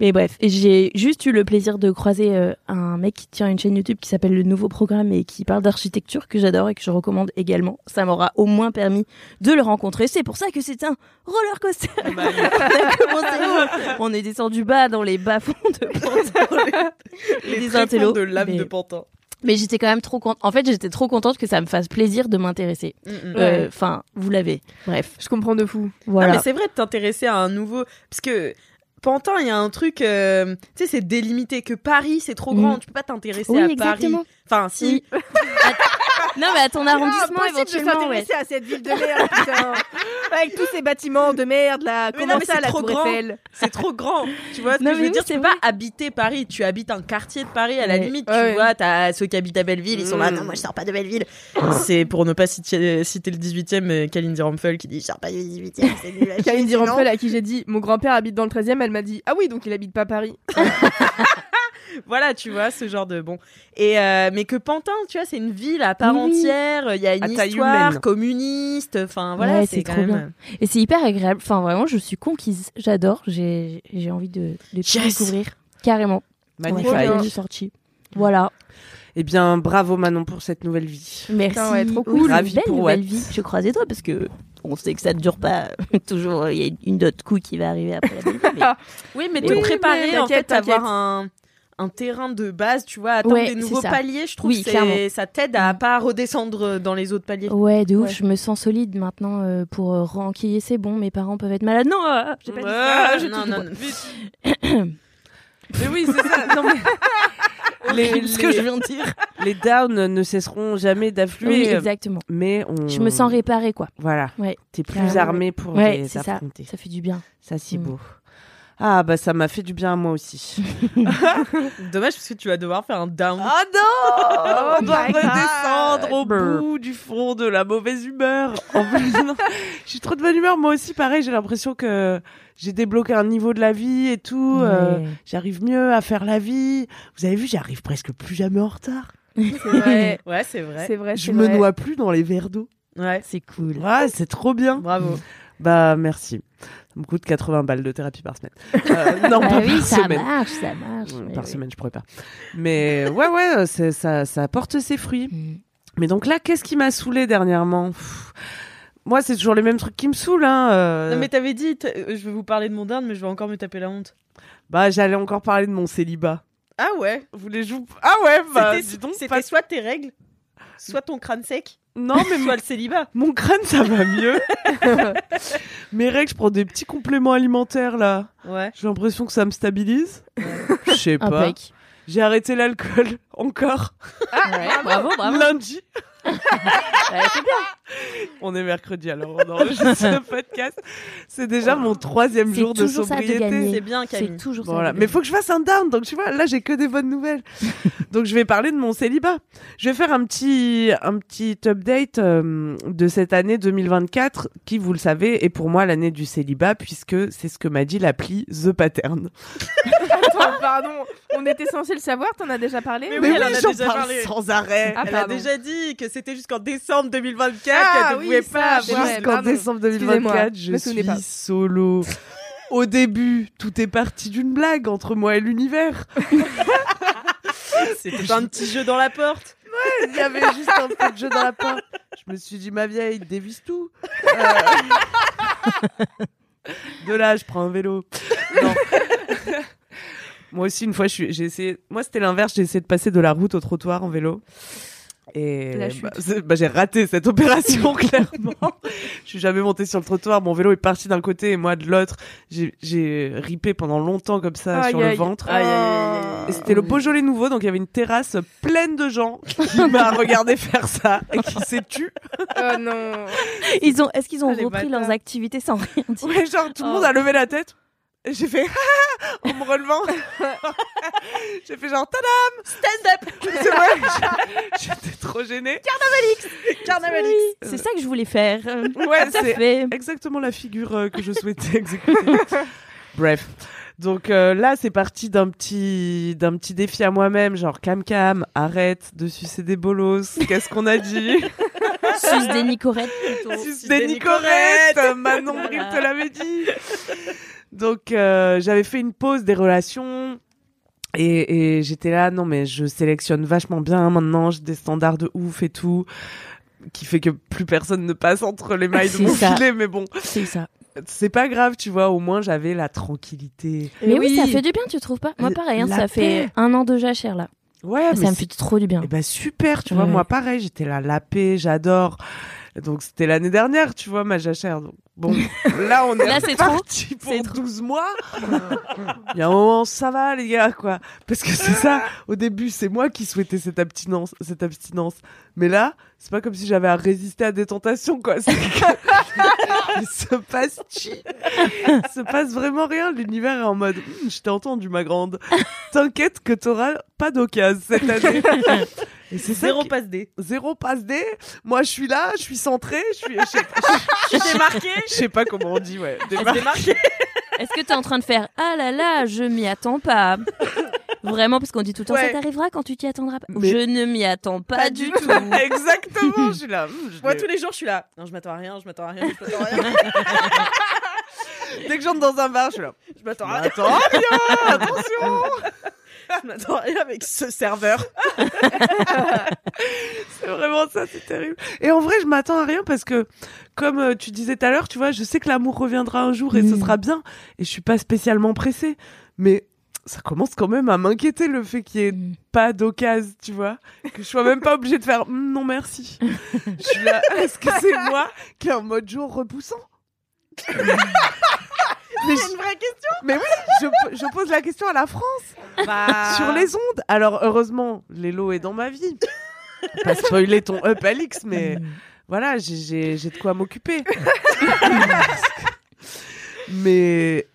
S8: Mais bref, j'ai juste eu le plaisir de croiser euh, un mec qui tient une chaîne YouTube qui s'appelle Le Nouveau Programme et qui parle d'architecture que j'adore et que je recommande également. Ça m'aura au moins permis de le rencontrer. C'est pour ça que c'est un roller coaster.
S3: Bah,
S8: On a commencé haut. On est descendu bas dans les bas-fonds de Pantin.
S3: Les
S8: Des
S3: tréfonds
S8: intellos,
S3: de l'âme
S8: mais-
S3: de Pantin.
S8: mais j'étais quand même trop contente. En fait, j'étais trop contente que ça me fasse plaisir de m'intéresser.
S3: Mm, mm.
S8: Euh, Enfin, vous l'avez. Bref.
S1: Je comprends de fou.
S8: Voilà.
S3: Non, mais c'est vrai de t'intéresser à un nouveau. Parce que Pantin, il y a un truc. euh, Tu sais, c'est délimité. Que Paris, c'est trop grand.
S8: Mm.
S3: Tu peux pas t'intéresser
S8: Oui,
S3: à
S8: exactement.
S3: Paris. Enfin, si.
S8: Non, mais à ton arrondissement,
S1: Ah, impossible de
S8: éventuellement. ouais.
S1: s'intéresser à cette ville de merde, putain. Avec tous ces bâtiments de merde, là.
S3: Mais
S1: Comment
S3: non, mais
S1: ça,
S3: c'est
S1: la
S3: trop
S1: Tour
S3: grand.
S1: Eiffel
S3: C'est trop grand. Tu vois ce
S8: Non,
S3: que
S8: mais
S3: je veux
S8: oui,
S3: dire
S8: c'est
S3: C'est pas habiter Paris. Tu habites un quartier de Paris à la
S8: Ouais.
S3: limite.
S8: Ouais.
S3: Tu vois, t'as ceux qui habitent à Belleville. Ils sont là.
S8: Mm.
S3: Non, moi, je sors pas de Belleville. c'est pour ne pas citer, citer le 18ème, euh, Kalindi Ramphal qui dit Je sors pas du 18ème. C'est nul à chier,
S1: Karine
S3: sinon.
S1: Dirampel, à qui j'ai dit Mon grand-père habite dans le 13 e elle m'a dit Ah oui, donc il habite pas Paris.
S3: Voilà, tu vois, ce genre de bon. Et euh, mais que Pantin, tu vois, c'est une ville à part
S8: Oui, oui.
S3: entière. Il y a une
S2: À taille
S3: histoire
S2: humaine.
S3: communiste. Enfin, voilà,
S8: Ouais,
S3: c'est quand
S8: trop
S3: même.
S8: bien. Et c'est hyper agréable. Enfin, vraiment, je suis conquise. J'adore. J'ai j'ai envie de, de tout
S2: Yes.
S8: découvrir. Carrément.
S2: Magnifique.
S8: Ouais, je suis sortie. Voilà.
S2: Eh bien, bravo Manon pour cette nouvelle vie.
S8: Merci.
S1: Putain, ouais, trop
S8: Oui,
S1: cool.
S2: Ravi
S8: belle
S2: pour
S8: nouvelle
S2: Watt.
S8: vie. Je croise les doigts parce que on sait que ça ne dure pas toujours. Il y a une autre coup qui va arriver après la belle vie, mais-
S3: Oui, mais
S8: Mais
S3: te
S8: oui,
S3: préparer,
S1: mais
S3: en fait,
S1: t'inquiète,
S3: avoir
S1: t'inquiète.
S3: un, un terrain de base, tu vois, atteindre
S8: Ouais,
S3: des
S8: c'est
S3: nouveaux
S8: ça.
S3: paliers, je trouve
S8: Oui,
S3: que
S8: clairement. Mm. Oh.
S3: c'est- ça t'aide à pas redescendre dans les autres paliers.
S8: Ouais, de ouf,
S3: Ouais.
S8: je me sens solide maintenant euh, pour euh, renquiller. C'est bon, mes parents peuvent être malades. Non, ah, j'ai pas dit ça.
S3: Ouais,
S8: j'ai
S3: non,
S8: tout dit,
S3: non,
S8: quoi.
S3: non, vite.
S2: Mais oui, c'est ça. Non, mais... les,
S8: Ce que je
S2: les,
S8: viens de dire.
S2: les downs ne cesseront jamais d'affluer.
S8: Oui, exactement.
S2: Mais on...
S8: Je me sens réparée, quoi.
S2: Voilà.
S8: Ouais.
S2: T'es plus
S8: Carrément.
S2: armé pour
S8: Ouais,
S2: les
S8: c'est ça.
S2: affronter.
S8: Ça fait du bien.
S2: Ça, c'est
S8: Mm.
S2: beau. Ah, bah ça m'a fait du bien à moi aussi.
S3: Dommage parce que tu vas devoir faire un down.
S2: Ah non On doit
S1: Oh, my God.
S2: redescendre au
S8: Burp.
S2: bout du fond de la mauvaise humeur. En plus, non, je suis trop de bonne humeur. Moi aussi, pareil, j'ai l'impression que j'ai débloqué un niveau de la vie et tout. euh,
S8: Ouais.
S2: J'arrive mieux à faire la vie. Vous avez vu, j'arrive presque plus jamais en retard.
S1: C'est vrai.
S3: Ouais, c'est vrai.
S1: C'est vrai.
S2: Je
S1: c'est
S2: me
S1: vrai.
S2: noie plus dans les verres d'eau.
S8: C'est Euh. cool.
S2: Ouais, c'est trop bien.
S3: Bravo.
S2: Bah, merci. Ça me coûte 80 balles de thérapie par semaine. Euh, non,
S8: Bah
S2: pas
S8: oui,
S2: par
S8: ça
S2: semaine.
S8: marche, ça marche,
S2: Ouais,
S8: mais
S2: Par
S8: oui.
S2: semaine, je pourrais pas. Mais ouais, ouais, euh, c'est- ça, ça porte ses fruits.
S8: Mm.
S2: Mais donc là, qu'est-ce qui m'a saoulé dernièrement Pff, Moi, c'est toujours les mêmes trucs qui me saoulent. Hein. euh.
S3: Non, mais t'avais dit, t- euh, je vais vous parler de mon dinde, mais je vais encore me taper la honte.
S2: Bah, j'allais encore parler de mon célibat.
S3: Ah ouais
S2: Vous voulez jouer Ah ouais, bah, dis donc,
S3: C'était soit tes règles, soit ton crâne sec.
S2: Non, mais
S3: soit le célibat.
S2: Mon crâne, ça va mieux. Mes règles, je prends des petits compléments alimentaires là.
S3: Ouais.
S2: J'ai l'impression que ça me stabilise. Je sais pas.
S8: Impec.
S2: J'ai arrêté l'alcool encore.
S8: Ah, bravo, bravo.
S2: Lundi. On est mercredi alors on enregistre ce podcast. C'est déjà mon troisième
S8: Oh. C'est
S2: jour de
S8: toujours ça de
S2: sobriété.
S8: gagner. C'est bien, Camille. C'est toujours ça
S2: Voilà.
S8: de
S2: Mais faut que je fasse un down. Donc tu vois, là j'ai que des bonnes nouvelles. donc je vais parler de mon célibat. Je vais faire un petit un petit update euh, de cette année 2024 qui, vous le savez, est pour moi l'année du célibat puisque c'est ce que m'a dit l'appli The Pattern.
S1: Attends, pardon, on était censé le savoir, t'en as déjà parlé
S3: Mais oui, elle en a déjà parlé.
S1: Ah,
S3: elle a
S1: pardon.
S3: déjà dit que c'était jusqu'en décembre 2024
S1: Ah
S3: qu'elle ne
S1: oui,
S3: pouvait
S1: ça,
S3: pas
S1: c'est
S3: avoir-
S1: vrai.
S2: Jusqu'en
S1: pardon.
S2: décembre
S1: Excusez-moi,
S2: 2024,
S1: je
S2: je
S1: me souvenais
S2: suis
S1: pas.
S2: solo. Au début, tout est parti d'une blague entre moi et l'univers.
S3: C'était un petit jeu dans la porte.
S2: Ouais, il y avait juste un peu de jeu dans la porte. Je me suis dit, ma vieille, dévisse tout. Euh, De là, je prends un vélo. Non. Moi aussi, une fois, je suis- j'ai essayé. Moi, c'était l'inverse. J'ai essayé de passer de la route au trottoir en vélo. Et
S1: La chute.
S2: bah, c'est- bah, j'ai raté cette opération, clairement. je suis jamais montée sur le trottoir. Mon vélo est parti d'un côté et moi de l'autre. J'ai- J'ai ripé pendant longtemps comme ça
S1: Aïe,
S2: sur le
S1: aïe.
S2: ventre.
S1: Aïe, aïe, aïe, aïe, aïe.
S3: Oh.
S2: Et c'était le
S3: Ah,
S2: Beaujolais nouveau, donc il y avait une terrasse pleine de gens qui m'a regardé faire ça et qui s'est tu.
S1: Oh non.
S8: Ils ont, est-ce qu'ils ont
S1: les
S8: repris leurs activités sans rien dire
S2: Ouais, genre tout le
S3: Oh.
S2: monde a levé la tête. Et j'ai fait Ah en me relevant. j'ai fait genre tadam
S3: Stand up
S2: C'est vrai, j'étais trop gênée.
S3: Carnavalix
S8: Oui, c'est ça que je voulais faire.
S2: Ouais,
S8: Tout à
S2: c'est
S8: fait.
S2: exactement la figure euh, que je souhaitais exécuter. Bref. Donc euh, là, c'est parti d'un petit d'un petit défi à moi-même, genre cam cam, arrête de sucer des bolos. Qu'est-ce qu'on a dit
S8: Suce des nicorettes plutôt.
S2: Suce des nicorettes, Manon
S8: Voilà.
S2: Bril te l'avait dit. Donc euh, j'avais fait une pause des relations. Et, et j'étais là, non mais je sélectionne vachement bien maintenant, j'ai des standards de ouf et tout, qui fait que plus personne ne passe entre les mailles de
S8: C'est
S2: mon
S8: ça.
S2: filet, mais bon,
S8: C'est ça.
S2: c'est pas grave, tu vois, au moins j'avais la tranquillité.
S8: Mais oui, ça fait du bien, tu trouves pas Moi,
S2: La-
S8: pareil, hein,
S2: la
S8: ça fait
S2: paix.
S8: un an de jachère là.
S2: Ouais,
S8: Ah, ça
S2: mais
S8: me fait trop du bien.
S2: Eh ben super, tu vois,
S8: Ouais.
S2: moi pareil, j'étais là, la paix, j'adore. Donc c'était l'année dernière, tu vois, ma jachère. Donc, bon, là on est,
S8: Là, c'est trop.
S2: parti
S8: C'est
S2: pour 12 mois. Il y a un moment, ça va les gars, quoi. Parce que c'est ça, au début, c'est moi qui souhaitais cette abstinence, cette abstinence. Mais là, c'est pas comme si j'avais à résister à des tentations, quoi. C'est que- Il se passe chi. Il se passe vraiment rien. L'univers est en mode, Hum, je t'ai entendu, ma grande. T'inquiète que t'auras pas d'occasion cette année. Et c'est ça
S3: Zéro
S2: qui-
S3: passe D.
S2: zéro passe D. Moi, je suis là, je suis centré, je suis. Je sais-
S3: Tu t'es marqué
S2: je sais pas comment on dit, ouais.
S3: Tu t'es marqué
S8: Est-ce que t'es en train de faire Ah là là, je m'y attends pas Vraiment, parce qu'on dit tout le temps,
S3: Ouais.
S8: ça t'arrivera quand tu t'y attendras pas.
S2: Mais-
S8: Je ne m'y attends pas,
S3: Pas
S8: du
S3: du
S8: tout.
S2: Exactement, je suis là. Hum, je
S3: Moi,
S2: l'ai-
S3: tous les jours, je suis là. Non, je m'attends à rien, je m'attends à rien, je m'attends à rien.
S2: Dès que j'entre dans un bar, je suis là.
S3: Je m'attends à rien.
S2: Attends, bien, attention.
S3: Je m'attends à rien avec ce serveur.
S2: C'est vraiment ça, c'est terrible. Et en vrai, je m'attends à rien parce que, comme euh, tu disais tout à l'heure, tu vois, je sais que l'amour reviendra un jour et
S3: Mm.
S2: ce sera bien. Et je suis pas spécialement pressée. Mais ça commence quand même à m'inquiéter le fait qu'il y ait
S3: Mm.
S2: pas d'occasion, tu vois. Que je sois même pas obligée de faire Hum, non merci. je suis là, est-ce que c'est moi qui est en mode jour repoussant mais, je-
S3: Mm. C'est une vraie question.
S2: mais oui, je, po- je pose la question à la France
S3: Bah.
S2: sur les ondes. Alors heureusement, Lélo est dans ma vie. Pas spoiler ton up Alix, mais voilà, j'ai- j'ai j'ai de quoi m'occuper. mais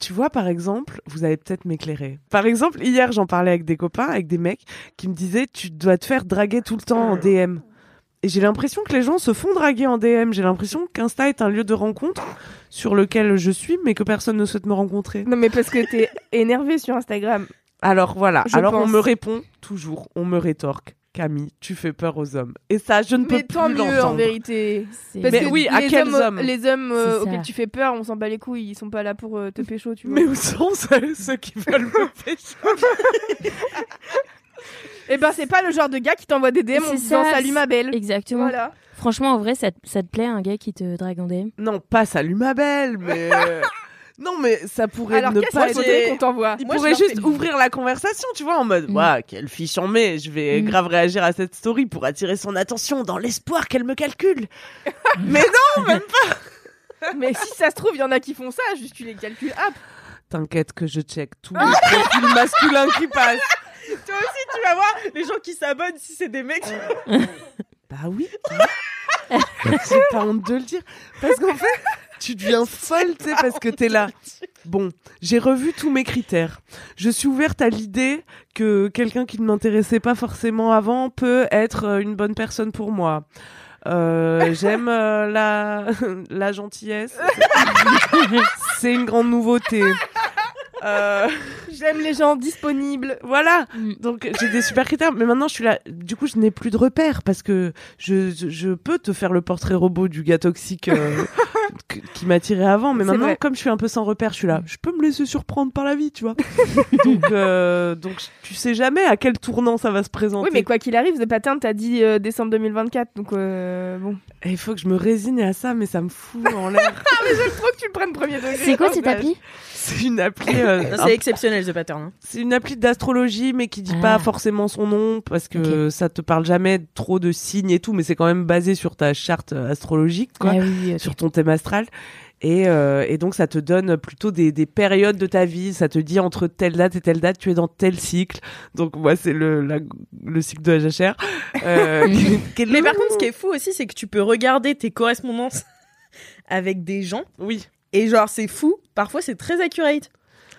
S2: tu vois, par exemple, vous allez peut-être m'éclairer. Par exemple, hier, j'en parlais avec des copains, avec des mecs qui me disaient tu dois te faire draguer tout le temps en DM. Et j'ai l'impression que les gens se font draguer en DM. J'ai l'impression qu'Insta est un lieu de rencontre sur lequel je suis, mais que personne ne souhaite me rencontrer.
S1: Non mais parce que t'es énervé sur Instagram.
S2: Alors voilà,
S1: Je
S2: alors on
S1: pense.
S2: me répond toujours, on me rétorque. Camille, tu fais peur aux hommes. Et ça, je ne peux
S1: Mais tant
S2: plus
S1: mieux en
S2: l'entendre.
S1: vérité.
S2: C'est-
S1: Parce
S2: Mais
S1: que
S2: oui, à
S1: les
S2: quels
S1: hommes,
S2: hommes
S1: Les hommes euh,
S2: C'est ça.
S1: auxquels tu fais peur, on s'en bat les couilles, ils sont pas là pour euh, te pécho, tu vois.
S2: Mais où sont ceux, ceux qui veulent me pécho
S1: Eh ben, c'est pas le genre de gars qui t'envoie des DM en
S8: C'est
S1: disant
S8: ça,
S1: salut ma belle.
S8: Exactement.
S1: Voilà.
S8: Franchement, en vrai, ça, te- ça te plaît un gars qui te drague en DM
S2: Non, pas salut ma belle, mais. euh, Non, mais ça pourrait
S1: Alors,
S2: ne
S1: qu'est-ce
S2: pas
S1: que c'est
S2: être-
S1: qu'on t'envoie
S2: Il
S1: Moi, je
S2: pourrait
S1: leur
S2: juste
S1: fais-
S2: ouvrir la conversation, tu vois, en mode Waouh, quelle fille en met, je vais
S1: Mm.
S2: grave réagir à cette story pour attirer son attention dans l'espoir qu'elle me calcule. mais non, même pas
S1: Mais si ça se trouve, il y en a qui font ça, juste tu les calcules. Ah,
S2: T'inquiète que je check tous les profils masculins qui passent.
S3: Toi aussi, tu vas voir les gens qui s'abonnent si c'est des mecs.
S2: Bah oui. J'ai pas honte de le dire. Parce qu'en fait, tu deviens folle, tu sais, parce que t'es là. Bon, j'ai revu tous mes critères. Je suis ouverte à l'idée que quelqu'un qui ne m'intéressait pas forcément avant peut être euh, une bonne personne pour moi. Euh, J'aime euh, la... la gentillesse. C'est une grande nouveauté. Euh,
S1: J'aime les gens disponibles.
S2: Voilà. Donc j'ai des super critères, mais maintenant je suis là. Du coup, je n'ai plus de repères parce que je, je, je peux te faire le portrait robot du gars toxique euh, que- qui m'attirait avant, mais
S1: C'est
S2: maintenant
S1: vrai.
S2: comme je suis un peu sans repères, je suis là. Je peux me laisser surprendre par la vie, tu vois. donc euh, donc tu sais jamais à quel tournant ça va se présenter.
S1: Oui, mais quoi qu'il arrive, The Pattern t'as dit euh, décembre 2024, donc euh, bon.
S2: Et Eh, Il faut que je me résigne à ça, mais ça me fout en l'air.
S1: Ah, mais j'aime trop que tu le prennes premier degré. hein,
S8: C'est quoi cette appli
S2: C'est une appli. euh,
S3: C'est exceptionnel, The Pattern. hein.
S2: C'est une appli d'astrologie, mais qui dit
S3: Ah.
S2: pas forcément son nom parce que ça te parle jamais trop de signes et tout, mais c'est quand même basé sur ta charte euh, astrologique, quoi,
S8: Ah oui, ok.
S2: sur ton thème astral. Et, euh, et donc ça te donne plutôt des, des périodes de ta vie. Ça te dit entre telle date et telle date, tu es dans tel cycle. Donc moi c'est le la- le cycle de la jachère. Euh, quel-
S3: Mais par contre, ce qui est fou aussi, c'est que tu peux regarder tes correspondances avec des gens.
S2: Oui.
S3: Et genre, c'est fou. Parfois, c'est très accurate.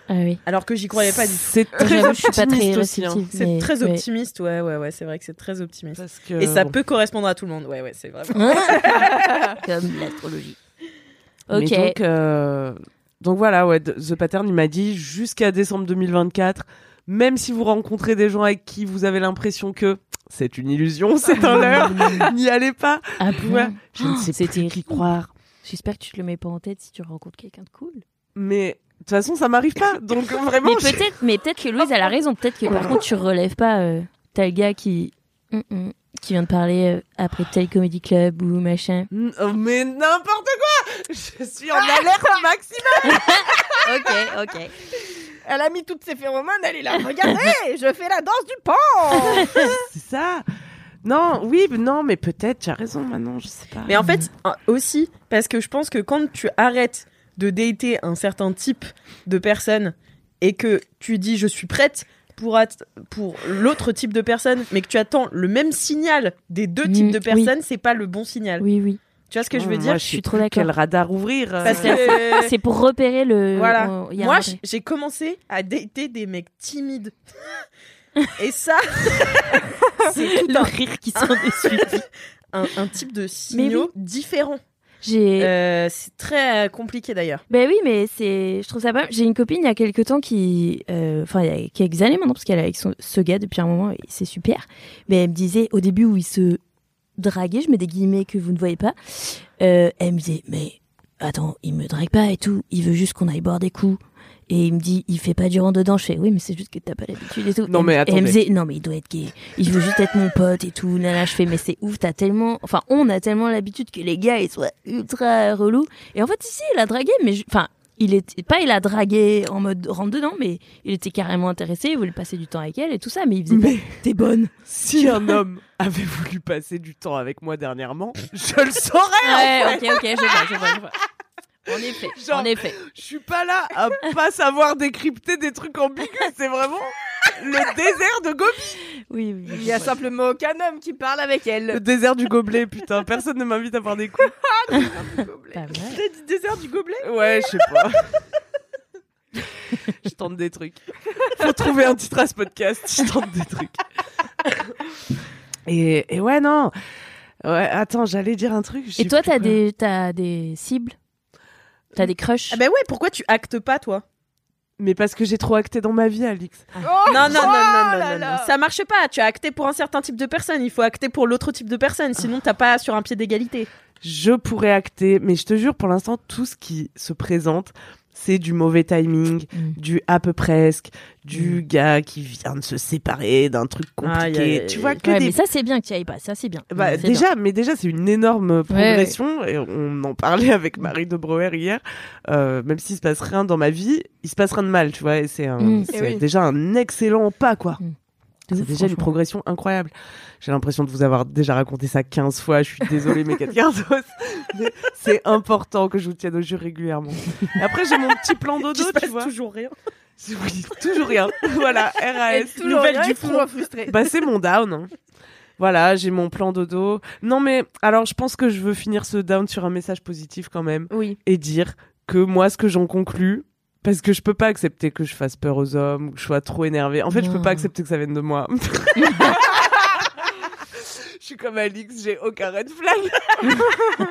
S8: Ah oui.
S3: Alors que j'y croyais pas du tout.
S2: C'est très
S3: J'avoue,
S2: Euh, optimiste
S3: je suis pas très
S2: aussi. hein.
S3: C'est très optimiste, ouais, ouais, ouais. C'est vrai que c'est très optimiste.
S2: que,
S3: Et ça
S2: bon.
S3: peut correspondre à tout le monde, ouais, ouais, c'est vraiment.
S8: Comme l'astrologie.
S2: Mais
S8: Ok.
S2: donc, euh, donc voilà, ouais, The Pattern, il m'a dit jusqu'à décembre 2024, même si vous rencontrez des gens avec qui vous avez l'impression que c'est une illusion, c'est
S8: euh,
S2: un leurre, n'y allez pas.
S8: Ah
S2: Ouais,
S8: bon
S2: je ne sais plus qui croire.
S8: J'espère que tu te le mets pas en tête si tu rencontres quelqu'un de cool.
S2: Mais de toute façon, ça m'arrive pas. Donc euh, vraiment,
S8: Mais
S2: je-
S8: peut-être, mais peut-être que Louise elle a raison. Peut-être que par contre tu relèves pas. euh, T'as le gars qui hum, hum, qui vient de parler euh, après tel comedy club ou machin.
S2: Oh, mais n'importe quoi Je suis en alerte maximale
S8: Ok, ok.
S1: Elle a mis toutes ses phéromones, elle est là. Regardez, je fais la danse du pan
S2: C'est ça. Non, oui, mais non, mais peut-être, tu as raison, Manon, je sais pas.
S3: Mais en fait, euh, aussi, parce que je pense que quand tu arrêtes de dater un certain type de personne et que tu dis je suis prête pour, at- pour l'autre type de personne, mais que tu attends le même signal des deux types de personnes, c'est pas le bon signal.
S8: Oui, oui.
S3: Tu vois ce que je
S2: Oh,
S3: veux
S2: moi,
S3: dire
S2: je sais plus Quel radar ouvrir euh.
S3: Parce que-
S8: C'est pour repérer le.
S3: Voilà.
S8: on- il y a un
S3: Moi,
S8: repéré.
S3: j'ai commencé à dater des mecs timides. Et ça, c'est tout
S8: le rire qui s'en
S3: dessus. Un, un type de signaux différent.
S8: J'ai.
S3: Euh, c'est très euh, compliqué d'ailleurs.
S8: Ben oui, mais c'est, je trouve ça pas. mal. J'ai une copine il y a quelques temps qui, euh, enfin il y a quelques années maintenant, parce qu'elle est avec son- ce gars depuis un moment, et c'est super. Mais elle me disait au début où il se draguait, je mets des guillemets que vous ne voyez pas. euh, elle me disait mais attends, il me drague pas et tout, il veut juste qu'on aille boire des coups. Et il me dit, il fait pas du rang dedans. Je fais, oui, mais c'est juste que t'as pas l'habitude et tout.
S2: Non,
S8: Elle-
S2: mais
S8: et Elle me
S2: attendez.
S8: disait, non, mais il doit être gay. Il veut juste être mon pote et tout. Nana, je fais, mais c'est ouf, t'as tellement. Enfin, on a tellement l'habitude que les gars, ils soient ultra relous. Et en fait, ici, il a dragué, mais. je- Enfin, il était. Pas il a dragué en mode rentre dedans, mais il était carrément intéressé, il voulait passer du temps avec elle et tout ça. Mais il faisait,
S2: Mais-
S8: pas, t'es bonne.
S2: Si un homme avait voulu passer du temps avec moi dernièrement, je le saurais. en
S8: Ouais,
S2: fait.
S8: ok, ok, je vois, je vois, je vois. En effet, en effet.
S2: Je suis pas là à pas savoir décrypter des trucs ambigus. C'est vraiment le désert de Gobi.
S8: Oui, oui.
S1: Il y a simplement aucun homme qui parle avec elle.
S2: Le désert du gobelet, putain. Personne ne m'invite à boire des coups.
S3: T'as dit désert du gobelet
S2: Ouais, je sais pas. Je tente des trucs. Faut trouver un titre à ce podcast. Je tente des trucs. Et, et ouais, non. Ouais, attends, j'allais dire un truc. je
S8: Et
S2: sais
S8: toi,
S2: plus quoi.
S8: t'as des, t'as des cibles T'as des crushs
S2: Ah bah,
S3: bah Ah ben ouais, pourquoi tu actes pas toi
S2: Mais parce que j'ai trop acté dans ma vie, Alix.
S3: non, non, non,
S2: oh
S3: non,
S2: là
S3: non, non,
S2: là.
S3: ça marche pas. Tu as acté pour un certain type de personne, il faut acter pour l'autre type de personne, sinon t'as pas sur un pied d'égalité.
S2: Je pourrais acter, mais je te jure, pour l'instant, tout ce qui se présente, c'est du mauvais timing,
S8: Mm.
S2: du à peu presque, du gars qui vient de se séparer d'un truc compliqué.
S8: Aïe, aïe, aïe.
S2: Tu vois que
S8: Ouais,
S2: des-
S8: mais ça c'est bien que tu y ailles pas, ça c'est bien.
S2: Bah,
S8: Ouais, c'est
S2: déjà,
S8: bien.
S2: mais déjà, c'est une énorme
S8: ouais.
S2: progression. Et on en parlait avec Marie de Brouwer hier. Euh, même s'il se passe rien dans ma vie, il se passe rien de mal, tu vois. Et c'est un-
S8: Mm.
S2: c'est
S8: Eh oui.
S2: déjà un excellent pas, quoi.
S8: De
S2: C'est
S8: ouf,
S2: déjà une
S8: franchement.
S2: progression incroyable. J'ai l'impression de vous avoir déjà raconté ça 15 fois. Je suis désolée, mes 4 Mais c'est important que je vous tienne au jeu régulièrement. Et après, j'ai mon petit plan dodo, tu vois.
S3: toujours rien.
S2: Oui, toujours rien. Voilà,
S1: Et
S2: RAS,
S1: toujours
S2: nouvelle
S1: rien,
S2: du
S1: et toujours
S2: front.
S1: frustré.
S2: Bah, c'est mon down. hein. Voilà, j'ai mon plan dodo. Non, mais alors, je pense que je veux finir ce down sur un message positif quand même.
S1: Oui.
S2: Et dire que moi, ce que j'en conclus, parce que je peux pas accepter que je fasse peur aux hommes, ou que je sois trop énervée. En fait, je peux pas accepter que ça vienne de moi. Je suis comme Alix, j'ai aucun red flag.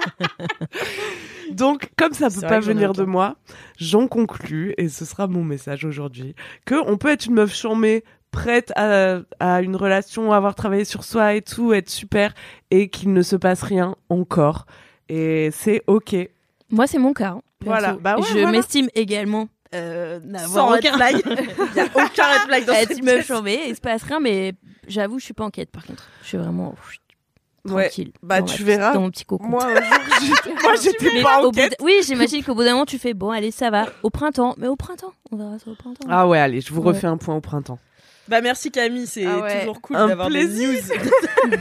S2: Donc, comme ça peut
S3: C'est
S2: pas
S3: vrai que j'en ai
S2: venir
S3: aucun.
S2: de moi, j'en conclus, et ce sera mon message aujourd'hui, que on peut être une meuf charmée, prête à, à une relation, à avoir travaillé sur soi et tout, être super, et qu'il ne se passe rien encore. Et c'est OK.
S8: Moi c'est mon cas. hein,
S2: Voilà,
S8: perso.
S2: bah ouais,
S8: je
S2: voilà.
S8: m'estime également euh, n'avoir
S3: Sans red
S8: aucun Eh,
S3: flag. Il y a aucun red flag dans
S8: Être
S3: cette
S8: meuf
S3: pièce.
S8: chambée, il se passe rien, mais j'avoue je suis pas en quête par contre. Je suis vraiment pff,
S2: Ouais,
S8: tranquille.
S2: bah,
S8: dans ma
S2: tu
S8: petite-
S2: verras.
S8: Dans mon petit cocon.
S2: Moi, un jour, j'étais- moi, j'étais
S8: Mais
S2: pas en
S8: au bout
S2: quête.
S8: d'- Oui, j'imagine qu'au bout d'un moment tu fais bon, allez, ça va. Au printemps, mais au printemps, on verra ça au printemps.
S2: Ah ouais, allez, je vous
S8: Ouais.
S2: refais un point au printemps.
S3: Bah merci Camille, c'est
S8: Ah ouais.
S3: toujours cool
S2: Un
S3: d'avoir des
S2: plaisir.
S3: news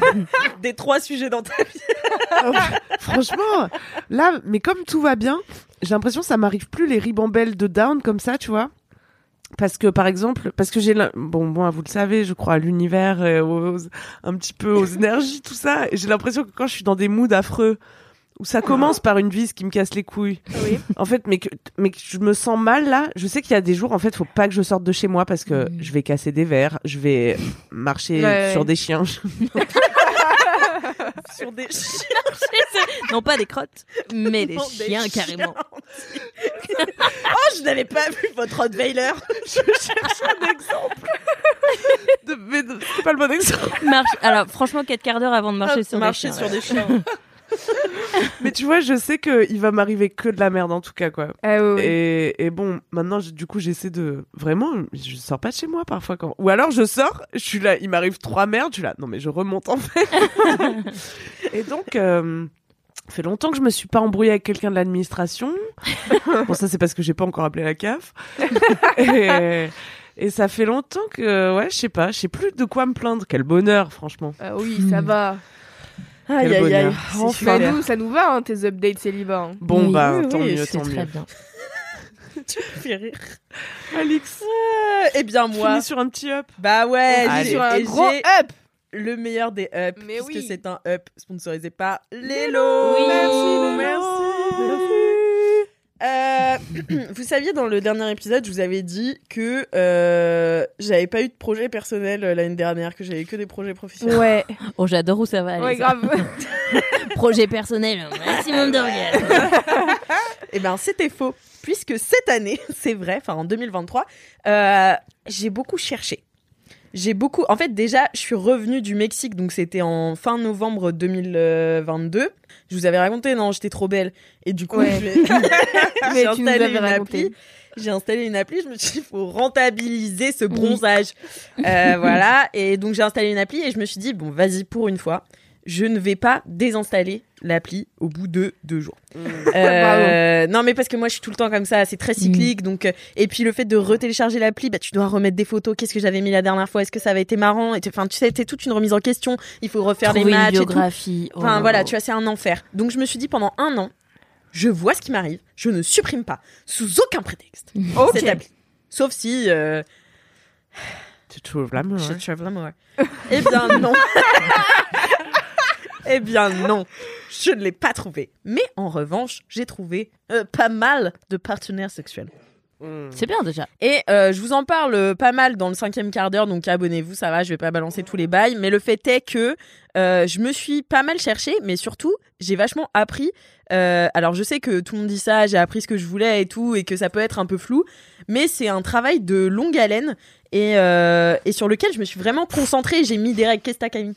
S3: des trois sujets dans ta vie.
S2: Franchement, là, mais comme tout va bien, j'ai l'impression que ça m'arrive plus les ribambelles de down comme ça, tu vois. Parce que par exemple, parce que j'ai l'im- bon moi vous le savez, je crois à l'univers, euh, aux- un petit peu aux énergies, tout ça. Et j'ai l'impression que quand je suis dans des moods affreux, où ça commence par une vis qui me casse les couilles. En fait, mais que mais que je me sens mal là. Je sais qu'il y a des jours, en fait, faut pas que je sorte de chez moi parce que je vais casser des verres, je vais marcher
S8: Ouais,
S2: sur
S8: ouais.
S2: des chiens.
S3: Sur des chiens.
S8: non pas des crottes, mais des
S3: Non, des
S8: chiens
S3: chiens.
S8: carrément.
S3: Oh, je n'avais pas vu votre Rottweiler.
S2: je cherche un exemple. De- mais de- c'est pas le bon exemple.
S8: Marche. Alors franchement, quatre quarts d'heure avant de marcher
S3: Hop,
S8: sur
S3: Ah, marcher
S8: des chiens.
S3: sur
S8: ouais.
S3: des chiens.
S2: Mais tu vois, je sais que il va m'arriver que de la merde en tout cas quoi.
S1: Ah
S2: Et, et bon, maintenant je- du coup j'essaie de vraiment, je sors pas de chez moi parfois quand. Ou alors je sors, je suis là, il m'arrive trois merdes, je suis là, non mais je remonte en fait. et donc. euh, fait longtemps que je me suis pas embrouillée avec quelqu'un de l'administration. bon, ça c'est parce que j'ai pas encore appelé la CAF. et, et ça fait longtemps que ouais, je sais pas, je sais plus de quoi me plaindre. Quel bonheur, franchement.
S1: Ah oui, ça va.
S2: Quel
S1: Aïe, aïe, aïe.
S2: bonheur.
S1: C'est
S2: Enfin.
S1: super. Nous, ça nous va, hein, tes updates célibats. hein.
S2: Bon,
S8: Oui,
S2: bah,
S8: oui,
S2: tant
S8: oui,
S2: mieux,
S8: c'est
S2: tant
S8: très
S2: mieux.
S8: bien.
S3: tu me fais rire.
S2: Alix,
S3: Euh, eh bien
S2: on
S3: moi.
S2: finit sur un petit up.
S3: Bah ouais,
S2: On finit
S3: j'ai-
S2: sur
S1: un
S3: et
S1: gros
S3: j'ai
S1: up.
S3: Le meilleur des ups,
S1: Mais
S3: puisque
S1: oui.
S3: c'est un up sponsorisé par Lelo.
S2: Merci,
S3: Euh, vous saviez dans le dernier épisode, je vous avais dit que euh, j'avais pas eu de projet personnel euh, l'année dernière, que j'avais eu que des projets professionnels.
S1: Ouais,
S8: Oh, j'adore où ça va aller.
S1: ouais,
S8: ça.
S1: grave.
S8: Projet personnel, maximum d'orgasme.
S3: Eh ben c'était faux, puisque cette année, c'est vrai, enfin en 2023, euh, j'ai beaucoup cherché. J'ai beaucoup. En fait, déjà, je suis revenue du Mexique, donc c'était en fin novembre 2022. Je vous avais raconté, non, j'étais trop belle. Et du coup,
S1: Ouais.
S3: je-
S1: Mais
S3: j'ai
S1: tu nous
S3: installé
S1: avais
S3: une
S1: raconté.
S3: appli. J'ai installé une appli. Je me suis dit, il faut rentabiliser ce bronzage. Euh, voilà. Et donc, j'ai installé une appli et je me suis dit, bon, vas-y, pour une fois, je ne vais pas désinstaller l'appli au bout de deux jours. Euh, non, mais parce que moi, je suis tout le temps comme ça. C'est très cyclique.
S8: Mmh.
S3: Donc, euh, et puis, le fait de retélécharger l'appli, bah, tu dois remettre des photos. Qu'est-ce que j'avais mis la dernière fois Est-ce que ça avait été marrant Et tu- Enfin, tu sais, c'était toute une remise en question. Il faut refaire
S8: Trouver
S3: les
S8: une
S3: matchs. et tout.
S8: biographie. oh
S3: Enfin
S8: là
S3: voilà,
S8: là.
S3: tu vois, c'est un enfer. Donc je me suis dit pendant un an, je vois ce qui m'arrive, je ne supprime pas, sous aucun prétexte, cette appli. Sauf si. euh,
S2: Tu trouves la main.
S3: je
S2: hein.
S3: suis vraiment. ouais. Eh bien non Eh bien non Je ne l'ai pas trouvé. Mais en revanche, j'ai trouvé euh, pas mal de partenaires sexuels.
S2: Mm.
S8: C'est bien déjà.
S3: Et euh, je vous en parle euh, pas mal dans le cinquième quart d'heure, donc abonnez-vous, ça va, je vais pas balancer tous les bails. Mais le fait est que euh, je me suis pas mal cherchée, mais surtout, j'ai vachement appris. euh, alors je sais que tout le monde dit ça, j'ai appris ce que je voulais et tout, et que ça peut être un peu flou, mais c'est un travail de longue haleine et, euh, et sur lequel je me suis vraiment concentrée. J'ai mis des règles. Qu'est-ce que t'as, Camille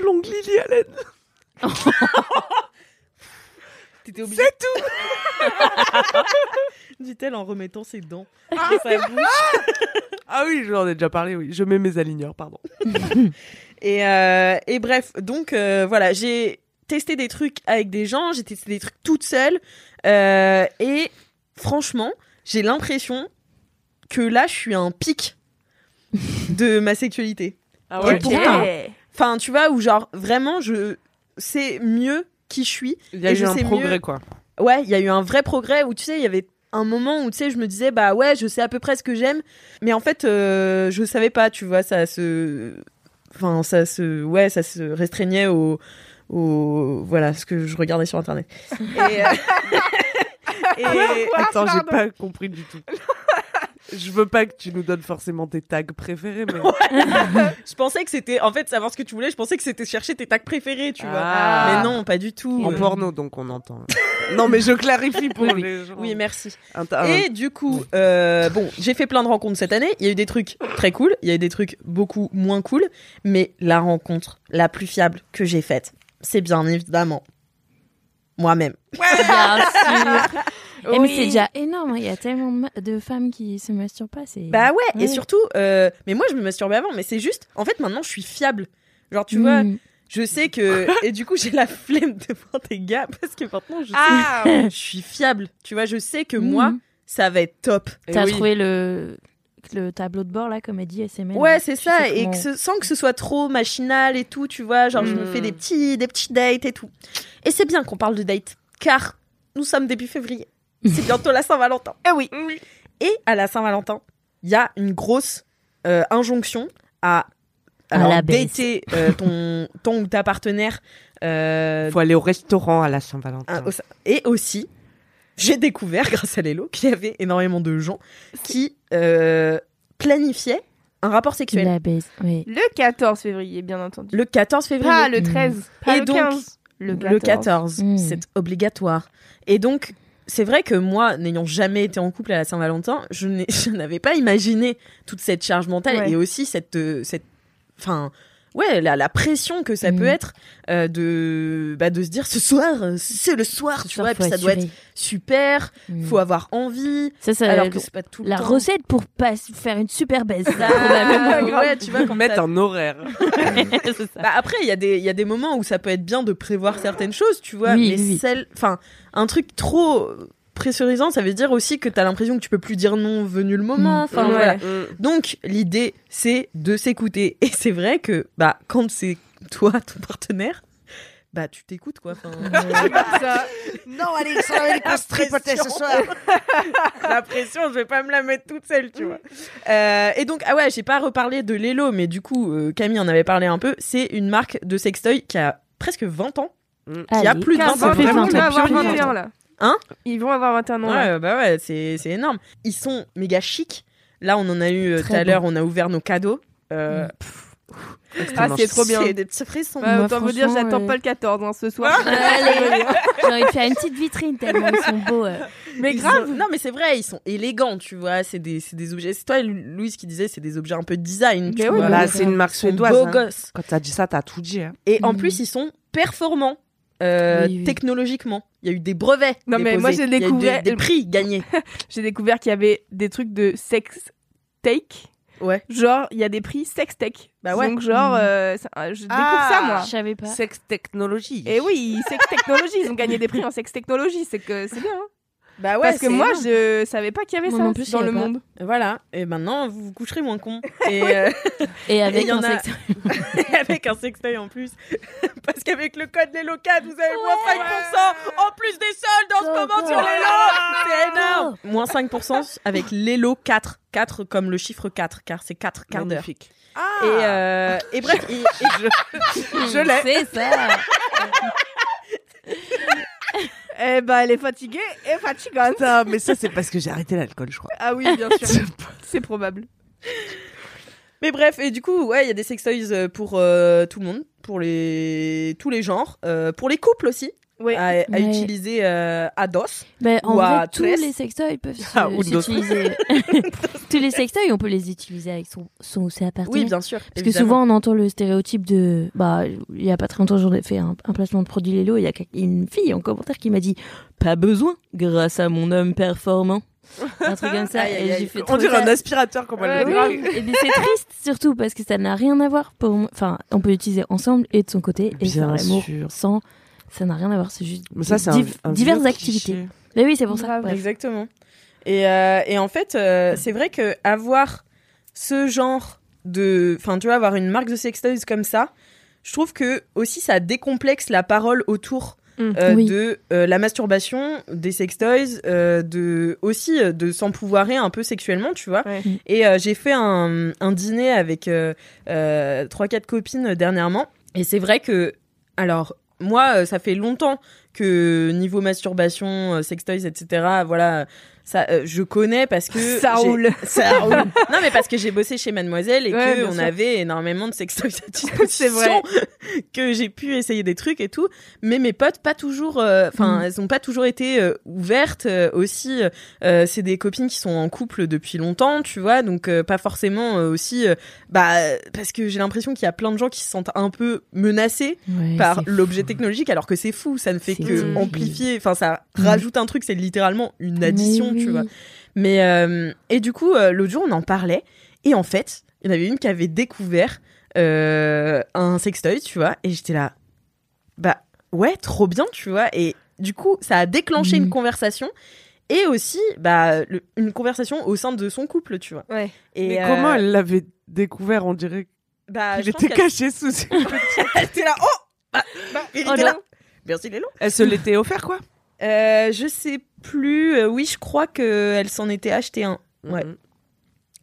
S2: Longue Lily Allen.
S3: C'est tout Dit-elle en remettant ses dents. sur sa bouche.
S2: Ah oui, j'en ai déjà parlé, oui. Je mets mes aligneurs, pardon.
S3: Et, euh, et bref, donc euh, voilà, j'ai testé des trucs avec des gens, j'ai testé des trucs toute seule. euh, et franchement, j'ai l'impression que là, je suis à un pic de ma sexualité.
S2: Ah ouais.
S3: Et pourtant,
S2: Ok.
S3: enfin, tu vois, où genre vraiment, je sais mieux qui je suis.
S2: Il y a
S3: et
S2: eu
S3: je
S2: un
S3: sais
S2: progrès,
S3: mieux-
S2: quoi.
S3: Ouais, il y a eu un vrai progrès où tu sais, il y avait un moment où tu sais, je me disais bah ouais, je sais à peu près ce que j'aime, mais en fait, euh, je savais pas, tu vois, ça se, enfin ça se, ouais, ça se restreignait au, au, voilà, ce que je regardais sur internet. Et, euh, et-
S2: Attends, j'ai pas compris du tout. Je veux pas que tu nous donnes forcément tes tags préférés, mais.
S3: je pensais que c'était, en fait, savoir ce que tu voulais, je pensais que c'était chercher tes tags préférés, tu vois.
S2: Ah.
S3: Mais non, pas du tout.
S2: En
S3: Euh,
S2: porno, donc on entend. non, mais je clarifie pour
S3: oui, oui.
S2: les gens.
S3: Oui, merci.
S2: Un ta-
S3: Et du coup, euh, bon, j'ai fait plein de rencontres cette année. Il y a eu des trucs très cool, il y a eu des trucs beaucoup moins cool. Mais la rencontre la plus fiable que j'ai faite, c'est bien évidemment moi-même.
S8: Bien sûr. Eh, mais
S3: Oui.
S8: c'est déjà énorme. Il y a tellement de ma- de femmes qui se masturbent pas. c'est-
S3: Bah ouais, et surtout, euh, mais moi je me masturbais avant, mais c'est juste, en fait maintenant je suis fiable. Genre tu
S8: Mm.
S3: vois, je sais que. Et du coup j'ai la flemme de voir des gars parce que maintenant je sais.
S8: Ah.
S3: je suis fiable. Tu vois, je sais que moi, ça va être top.
S8: mm. T'as
S3: Et oui.
S8: trouvé le le tableau de bord là, comme elle dit SML.
S3: Ouais,
S8: là.
S3: c'est
S8: Tu
S3: ça,
S8: sais
S3: et
S8: comment-
S3: que ce- sans que ce soit trop machinal et tout, tu vois, genre je me
S8: Mm.
S3: fais des petits, des petits dates et tout. Et c'est bien qu'on parle de dates, car nous sommes début février. C'est bientôt la Saint-Valentin. Eh oui. Et à la Saint-Valentin, il y a une grosse euh, injonction à,
S2: À
S3: alors,
S2: la baisse.
S3: dater euh, ton, ton ou ta partenaire. euh,
S2: Faut aller au restaurant à la Saint-Valentin.
S3: un- au- Et aussi, j'ai découvert grâce à Lélo qu'il y avait énormément de gens qui euh, planifiaient un rapport sexuel.
S8: La baise, oui.
S1: Le 14 février, bien entendu.
S3: Le 14 février.
S1: Pas le 13, pas
S3: Et
S1: le
S3: donc,
S1: 15, le
S3: Le
S1: 14.
S3: 14,
S8: Hmm.
S3: c'est obligatoire. Et donc, c'est vrai que moi, n'ayant jamais été en couple à la Saint-Valentin, je n'ai- je n'avais pas imaginé toute cette charge mentale
S2: Ouais.
S3: et aussi cette. euh, cette enfin, ouais, la, la pression que
S8: Hmm.
S3: ça peut être euh, de, bah, de se dire ce soir, euh, c'est le soir, tu
S8: soir,
S3: vois, et puis
S8: faut
S3: ça doit être
S8: assurer.
S3: super,
S8: Mm.
S3: faut avoir envie.
S8: Ça, ça-
S3: alors que c'est pas tout le
S8: la
S3: temps.
S8: recette pour pas se faire une super baisse.
S3: Ah, ouais, tu vois, quand
S2: Mettre
S3: t'as-
S2: un horaire.
S3: Bah, après, il y, a des- il y a des moments où ça peut être bien de prévoir certaines choses, tu vois,
S2: Oui,
S3: mais
S2: oui, oui.
S3: celle- enfin, un truc trop pressurisant, ça veut dire aussi que t'as l'impression que tu peux plus dire non venu le moment.
S2: Mm.
S3: Enfin,
S2: Ouais.
S3: voilà.
S2: Mm.
S3: Donc, l'idée, c'est de s'écouter. Et c'est vrai que, bah, quand c'est toi, ton partenaire, bah, tu t'écoutes, quoi. Enfin,
S9: Non,
S3: allez, ça va aller pas se tripoter ce soir. la pression, je vais pas me la mettre toute seule, tu vois. Euh, et donc, ah ouais, j'ai pas reparlé de Lelo, mais du coup, euh, Camille en avait parlé un peu. C'est une marque de sextoy qui a presque 20 ans. Qui a
S1: Allez,
S3: plus de 20
S1: quinze ans,
S3: Ah ans.
S1: plus de
S3: vraiment,
S1: 20 ans.
S3: qui
S1: On va
S3: a
S1: avoir
S3: plus de
S1: 21
S3: ans.
S1: là.
S3: Hein
S1: Ils vont avoir 21 ans.
S3: Ouais,
S1: là.
S3: bah ouais, c'est c'est énorme. Ils sont méga chics. Là, on en a eu euh, tout
S1: Très
S3: à
S1: beau.
S3: l'heure, on a ouvert nos cadeaux. Euh,
S1: Mm.
S3: pff,
S1: Ah,
S3: extrêmement
S1: c'est trop bien.
S3: chic. C'est des petits frissons.
S1: Ouais, Bah, autant vous dire, j'attends pas le 14 hein, ce soir.
S8: Allez, j'ai envie de faire une petite vitrine tellement ils sont beaux. euh.
S3: Mais grave. Non, mais c'est vrai, ils sont élégants, tu vois. C'est des, c'est des objets. C'est toi, Lou- Louise, qui disais, c'est des objets un peu design. tu
S2: Voilà,
S3: vois.
S2: c'est une marque
S3: Ils sont
S2: suédoise.
S3: Beaux
S2: hein.
S3: gosses.
S2: Quand t'as dit ça, t'as tout dit. hein.
S3: Et en plus, ils sont performants. euh, technologiquement, il y a eu des brevets.
S1: Non, mais moi,
S3: déposés.
S1: j'ai
S3: Il y a eu des-
S1: découvert-
S3: des, prix gagnés.
S1: J'ai découvert qu'il y avait des trucs de sex take.
S3: Ouais. Hmm.
S1: Genre, il y a des prix sex tech.
S2: Bah ouais.
S1: Donc, genre,
S2: Mm.
S1: euh, ça- euh, je découvre
S2: Ah,
S1: ça, moi.
S2: je savais pas. Sex technologie.
S1: Et oui, sex technologie. Ils ont gagné des prix en sex technologie. C'est que c'est bien. hein.
S3: Bah ouais,
S1: Parce que
S3: c'est
S1: moi,
S3: énorme.
S1: je savais pas qu'il y avait ça dans le monde.
S3: Voilà, et maintenant vous vous coucherez moins con. Et,
S1: Oui.
S3: euh,
S1: Et avec
S3: il y en
S1: un
S3: a-
S1: sextoy.
S3: Et avec un sextoy en plus. Parce qu'avec le code les locales, vous avez moins 5% en plus des soldes en ce moment sur les
S1: Ah.
S3: lots. C'est énorme. Moins 5% avec l'élo 4. 4 comme le chiffre 4, car c'est 4 quarts d'heure.
S2: Magnifique.
S1: Ah.
S3: Et, euh, et bref, et- et-
S2: je l'ai.
S8: C'est ça.
S1: Eh ben, elle est fatiguée et fatigante.
S2: Putain, mais ça, c'est parce que j'ai arrêté l'alcool, je crois.
S1: Ah oui, bien sûr. c'est probable.
S3: Mais bref, et du coup, ouais, il y a des sextoys euh, pour euh, tout le monde, pour les tous les genres, euh, pour les couples aussi. À, à
S8: Ouais.
S3: utiliser euh, à dos.
S8: Mais en
S3: ou
S8: vrai,
S3: à
S8: tous
S3: tres.
S8: les sextoys peuvent se-
S3: Ah, ou d'autres.
S8: s'utiliser. tous les sextoys, on peut les utiliser avec son, son ou ses appartenants.
S3: bien sûr,
S8: Parce que
S3: évidemment.
S8: souvent, on entend le stéréotype de. Bah, il y a pas très longtemps, j'en ai fait un, un placement de produit Lelo. et Il y a quelqu'un- une fille en commentaire qui m'a dit Pas besoin, grâce à mon homme performant. Un truc comme ça.
S2: Aïe, aïe,
S8: et
S2: aïe.
S8: j'ai fait
S2: On dirait un
S3: aspirateur
S2: comme elle le démarre.
S8: Et puis c'est triste, surtout parce que ça n'a rien à voir. Pour... moi. Enfin, on peut l'utiliser ensemble et de son côté et
S2: Bien
S8: faire l'amour
S2: sûr.
S8: sans. Ça n'a rien à voir, c'est juste
S2: Mais ça, c'est un-
S8: div-
S2: un vieux
S8: diverses
S2: cliché.
S8: activités. Mais oui, c'est pour ça. bref.
S3: Exactement. Et, euh, et en fait, euh, c'est vrai que avoir ce genre de, enfin, tu vois, avoir une marque de sextoys comme ça, je trouve que aussi ça décomplexe la parole autour.
S1: Mm.
S3: euh,
S1: Oui.
S3: de euh, la masturbation des sextoys euh, de aussi euh, de s'empouvoirer un peu sexuellement tu vois et euh, j'ai fait un, un dîner avec euh, euh, trois quatre copines euh, dernièrement et c'est vrai que alors moi euh, ça fait longtemps que niveau masturbation euh, sextoys etc voilà ça euh, je connais parce que
S1: Ça
S3: j'ai-
S1: roule.
S3: ça roule non mais parce que j'ai bossé chez Mademoiselle et
S1: Ouais,
S3: que
S1: bien
S3: on
S1: sûr.
S3: avait énormément de sextoys à disposition
S1: C'est vrai.
S3: que j'ai pu essayer des trucs et tout mais mes potes pas toujours euh,
S1: Mm.
S3: enfin elles ont pas toujours été euh, ouvertes euh, aussi euh, c'est des copines qui sont en couple depuis longtemps tu vois donc euh, pas forcément euh, aussi euh, bah parce que j'ai l'impression qu'il y a plein de gens qui se sentent un peu menacés
S8: Ouais,
S3: par
S8: c'est
S3: l'objet technologique alors que c'est fou ça ne fait
S8: C'est
S3: que
S8: fou.
S3: amplifier enfin ça rajoute un truc c'est littéralement une addition
S8: oui.
S3: tu vois mais euh, et du coup, euh, l'autre jour, on en parlait et en fait, il y en avait une qui avait découvert euh, un sextoy, tu vois, et j'étais là, bah ouais, trop bien, tu vois, et du coup, ça a déclenché une conversation et aussi bah le- une conversation au sein de son couple, tu vois. Et
S2: mais
S3: euh,
S2: comment elle l'avait découvert On dirait
S3: bah,
S2: qu'il
S3: je pense
S2: était
S3: qu'elle-
S2: caché sous ses petits-
S3: Elle était là, oh, bah, bah, il
S2: Oh
S3: était
S2: non.
S3: là. Merci Lélo.
S2: Elle se l'était offert, quoi.
S3: Euh, je sais plus. Euh, oui, je crois qu'elle s'en était acheté un. Ouais.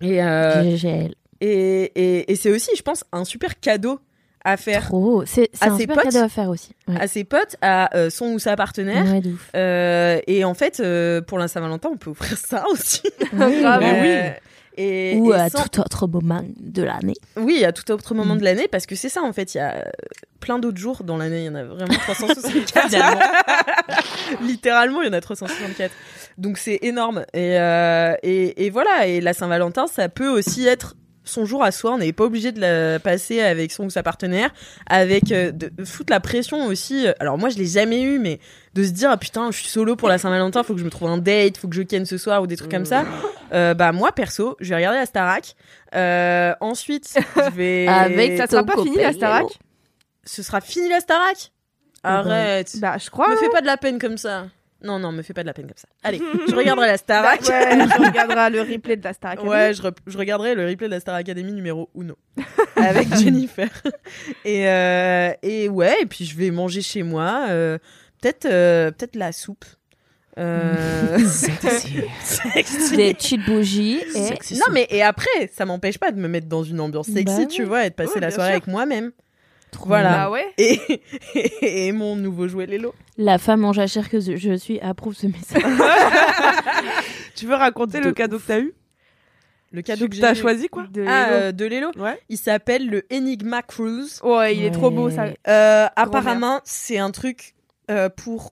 S3: Et, euh,
S8: GGL.
S3: et, et, et c'est aussi, je pense, un super cadeau à faire.
S8: Trop. C'est c'est
S3: à
S8: un
S3: ses
S8: super
S3: potes.
S8: cadeau à faire aussi. Ouais.
S3: à ses potes, à euh, son ou sa partenaire.
S8: Ouais, de ouf.
S3: Euh, et en fait, euh, pour la Saint-Valentin, on peut offrir ça aussi. Euh,
S8: Oui, Grave. bah oui.
S3: Et,
S8: Ou
S3: et
S8: à
S3: sans-
S8: tout autre moment de l'année.
S3: Oui, à tout autre moment de l'année, parce que c'est ça en fait. Il y a euh, plein d'autres jours dans l'année, il y en a vraiment 364. Littéralement, il y en a 364. Donc c'est énorme. Et, euh, et, et voilà, et la Saint-Valentin, ça peut aussi être son jour à soi. On n'est pas obligé de la passer avec son ou sa partenaire, avec euh, de de foutre la pression aussi. Alors moi, je l'ai jamais eu, mais de se dire ah, putain, je suis solo pour la Saint-Valentin, faut que je me trouve un date, faut que je ken ce soir ou des trucs comme ça. Euh, bah moi perso, je vais regarder la Starac. Euh, ensuite, je vais
S1: Avec Ça sera ton pas fini, la copain,
S3: Ah
S1: Starac Léo.
S3: Ce sera fini la Starac. Arrête.
S1: Bah, je crois.
S3: Me
S1: hein.
S3: fais pas de la peine comme ça. Non, non, me fais pas de la peine comme ça. Allez, je regarderai la Starac.
S1: hein. Bah Ouais, je regarderai le replay de la Star Academy.
S3: Ouais, je, rep- je regarderai le replay de la Star Academy numéro Uno avec Jennifer. Et, euh, et ouais, et puis je vais manger chez moi. euh, peut-être euh, peut-être la soupe. Euh...
S8: Sexy.
S3: Sexy.
S8: Des petites bougies. Et...
S3: Sexy non, mais et après, ça m'empêche pas de me mettre dans une ambiance sexy,
S8: Bah
S3: tu
S8: oui.
S3: vois, et de passer
S8: Ouais,
S3: la
S8: bien
S3: soirée
S8: sûr.
S3: avec moi-même.
S8: Trop
S3: Voilà.
S8: bien. Bah
S1: ouais.
S3: et, et, mon nouveau jouet Lélo.
S8: La femme en jachère que je suis approuve ce message.
S2: Tu veux raconter le cadeau que t'as eu
S3: Le cadeau que,
S2: que t'as
S3: j'ai-
S2: choisi, quoi
S3: de
S2: Ah,
S3: Lelo.
S2: euh,
S3: de Lelo. Il s'appelle le Enigma Cruise.
S1: Ouais, il est trop beau, ça.
S3: Euh, apparemment, c'est un truc euh, pour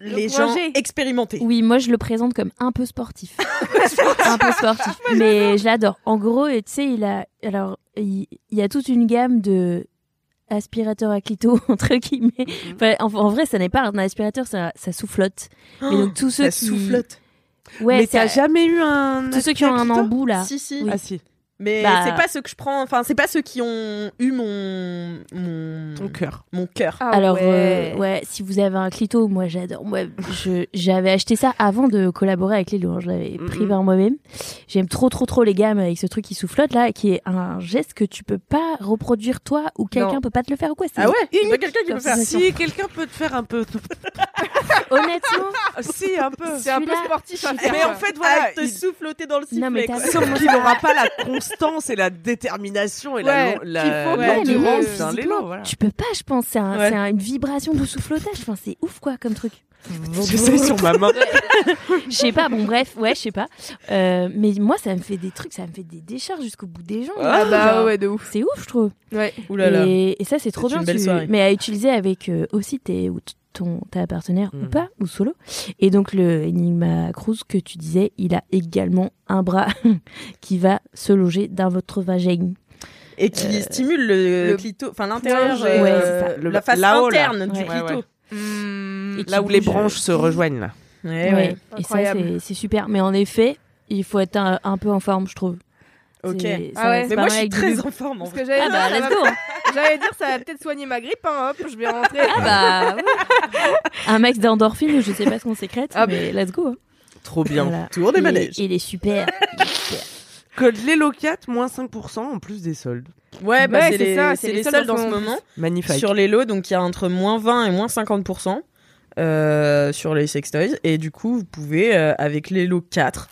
S3: les gens
S8: Encourager.
S3: expérimentés.
S8: Oui, moi je le présente comme un peu sportif. un peu sportif. mais je l'adore. En gros, et tu sais, il a alors il, il y a toute une gamme de aspirateurs à clito entre guillemets.
S2: Mhm.
S8: Enfin, en, en vrai, ça n'est pas un aspirateur, ça, ça soufflote. Mais
S3: Oh,
S8: donc tous ceux
S2: Oh, ça
S8: qui
S2: soufflote.
S8: Ouais,
S2: mais
S8: ça-
S2: t'as jamais eu un.
S8: Tous ceux qui ont un
S2: aspirateur
S8: embout là.
S3: Si, si.
S8: Oui.
S2: Ah, si.
S3: Mais
S8: Bah-
S3: c'est pas ceux que je prends, enfin, c'est pas ceux qui ont eu mon. mon...
S2: Ton cœur.
S3: Mon cœur.
S1: Ah
S2: Ah
S8: Alors euh, ouais. si vous avez un clito, moi j'adore. Moi, je- j'avais acheté ça avant de collaborer avec les louanges. Je l'avais pris
S6: Mhm.
S8: par moi-même. J'aime trop trop trop les gammes avec ce truc qui soufflote là, qui est un geste que tu peux pas reproduire toi ou quelqu'un
S2: Non.
S8: peut pas te le faire ou quoi. c'est
S2: Ah ouais
S8: unique
S2: quelqu'un qui
S8: comme
S2: peut faire.
S8: sensation.
S2: Si quelqu'un peut te faire un peu.
S8: Honnêtement,
S2: si, un peu.
S1: C'est un peu sportif à faire.
S2: Mais en fait, voilà.
S8: Ah,
S3: te
S2: il-
S3: souffloter dans le sifflet.
S2: Non, mais
S3: quoi.
S2: il n'aura pas la constance et la détermination et
S3: Ouais,
S2: la- la
S8: Ouais, mais même
S2: l'endurance d'un
S8: physiquement,
S2: lélo. Voilà.
S8: Tu peux pas, je pense. C'est un-
S2: Ouais.
S8: c'est un- une vibration de soufflotage. Enfin, c'est ouf, quoi, comme truc.
S2: J'essaye sur ma main.
S8: Je sais pas, bon, bref, ouais, je sais pas. Euh, mais moi, ça me fait des trucs, ça me fait des décharges jusqu'au bout des jambes.
S1: Ah bah ouais,
S8: de ouf. C'est ouf, je trouve.
S1: Ouais.
S3: Ouh là là.
S8: Et, et ça, c'est trop
S3: C'est
S8: bien.
S3: une belle
S8: tu-
S3: soirée.
S8: Mais à utiliser avec euh, aussi tes, ou t- ton, ta partenaire
S3: Mhm.
S8: ou pas, ou solo. Et donc, le Enigma Cruise que tu disais, il a également un bras qui va se loger dans votre vagin.
S3: Et qui stimule le,
S8: le
S3: clito, enfin l'intérieur,
S8: Ouais,
S3: euh,
S8: c'est ça. Le-
S3: la face
S2: là-haut, là.
S3: interne du
S2: Ouais.
S3: clito.
S2: Ouais, ouais.
S8: Et qui
S2: Là où les
S8: bouge.
S2: branches se rejoignent, là.
S3: Eh Ouais,
S8: Ouais. Et ça,
S1: Incroyable.
S8: c'est- c'est super. Mais en effet, il faut être un, un peu en forme, je trouve.
S3: Ok.
S8: C'est-
S3: Ah
S8: ça-
S3: ouais.
S8: c'est
S3: Mais
S8: pas mal
S3: moi, je suis
S8: avec du
S3: très
S8: lube.
S3: en forme, en
S1: Parce que j'allais
S8: Ah
S1: dire,
S8: bah,
S1: ça
S8: let's
S1: va-
S8: go.
S1: j'allais dire, ça va peut-être soigner ma grippe, hein, hop, je vais rentrer.
S8: Ah bah, Un max d'endorphine ou je sais pas ce qu'on sécrète,
S3: Ah,
S8: mais let's go. hein.
S2: Trop bien.
S8: Voilà.
S2: Tour des
S8: Il est-
S2: manèges.
S8: Il est super.
S2: Code LELOCAT, moins 5% en plus des soldes.
S3: Ouais, bah,
S1: Ouais,
S3: c'est
S1: c'est
S3: les,
S1: ça,
S3: c'est les soldes dans ce moment.
S2: Magnifique.
S3: Sur les lots, donc il y a entre moins 20 et moins 50% euh, sur les sextoys. Et du coup, vous pouvez, euh, avec les lots 4,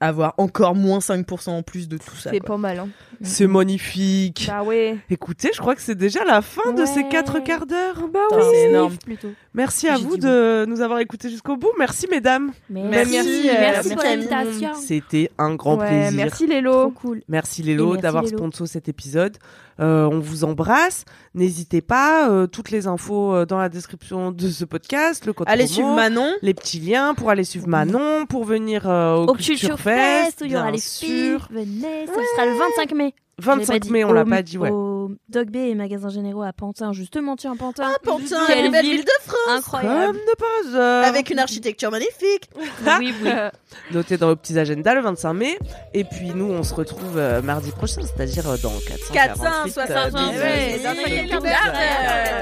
S3: avoir encore moins 5% en plus de tout ça.
S1: C'est
S3: quoi.
S1: pas mal. Hein.
S2: C'est magnifique.
S1: Bah ouais.
S2: Écoutez, je crois que c'est déjà la fin de ces quatre quarts d'heure.
S1: Bah
S3: Putain, oui. c'est énorme.
S1: Plutôt.
S2: Merci à
S3: J'ai
S2: vous
S3: dit
S2: de nous avoir écoutés jusqu'au bout. Merci, mesdames.
S8: Merci, merci,
S1: euh,
S8: pour
S1: merci.
S8: l'invitation.
S2: C'était un grand
S1: Ouais,
S2: plaisir.
S1: Merci Lélo.
S8: cool.
S2: Merci
S1: Et
S2: Lélo
S1: merci,
S2: d'avoir
S1: Lélo.
S2: sponsor cet épisode. Euh, on vous embrasse. N'hésitez pas. euh, toutes les infos euh, dans la description de ce podcast. Le code
S3: Allez
S2: promo,
S3: suivre Manon.
S2: Les petits liens pour aller suivre Manon, pour venir euh, au,
S8: Mhm. Au Culture Fest, où il y aura
S2: bien
S8: les filles,
S2: sûr.
S8: venez, ça sera le 25 mai. Je l'ai
S2: 25
S8: pas
S2: mai,
S8: dit.
S2: on l'a
S8: Au-
S2: pas dit, ouais.
S8: Au Dog Bay et Magasin Généraux à Pantin, justement, tiens, Pantin. Ah,
S3: Pantin, la belle ville Euh. de France.
S8: Incroyable.
S2: Comme de pas euh. hasard.
S3: Avec une architecture magnifique.
S8: Oui, oui.
S2: Ah Notez dans vos petits agendas le 25 mai. Et puis nous, on se retrouve euh, mardi prochain, c'est-à-dire euh, dans 448 euh,
S3: 460.
S2: bisous.
S3: Ouais,
S2: Bisous.
S3: dans cinq minutes.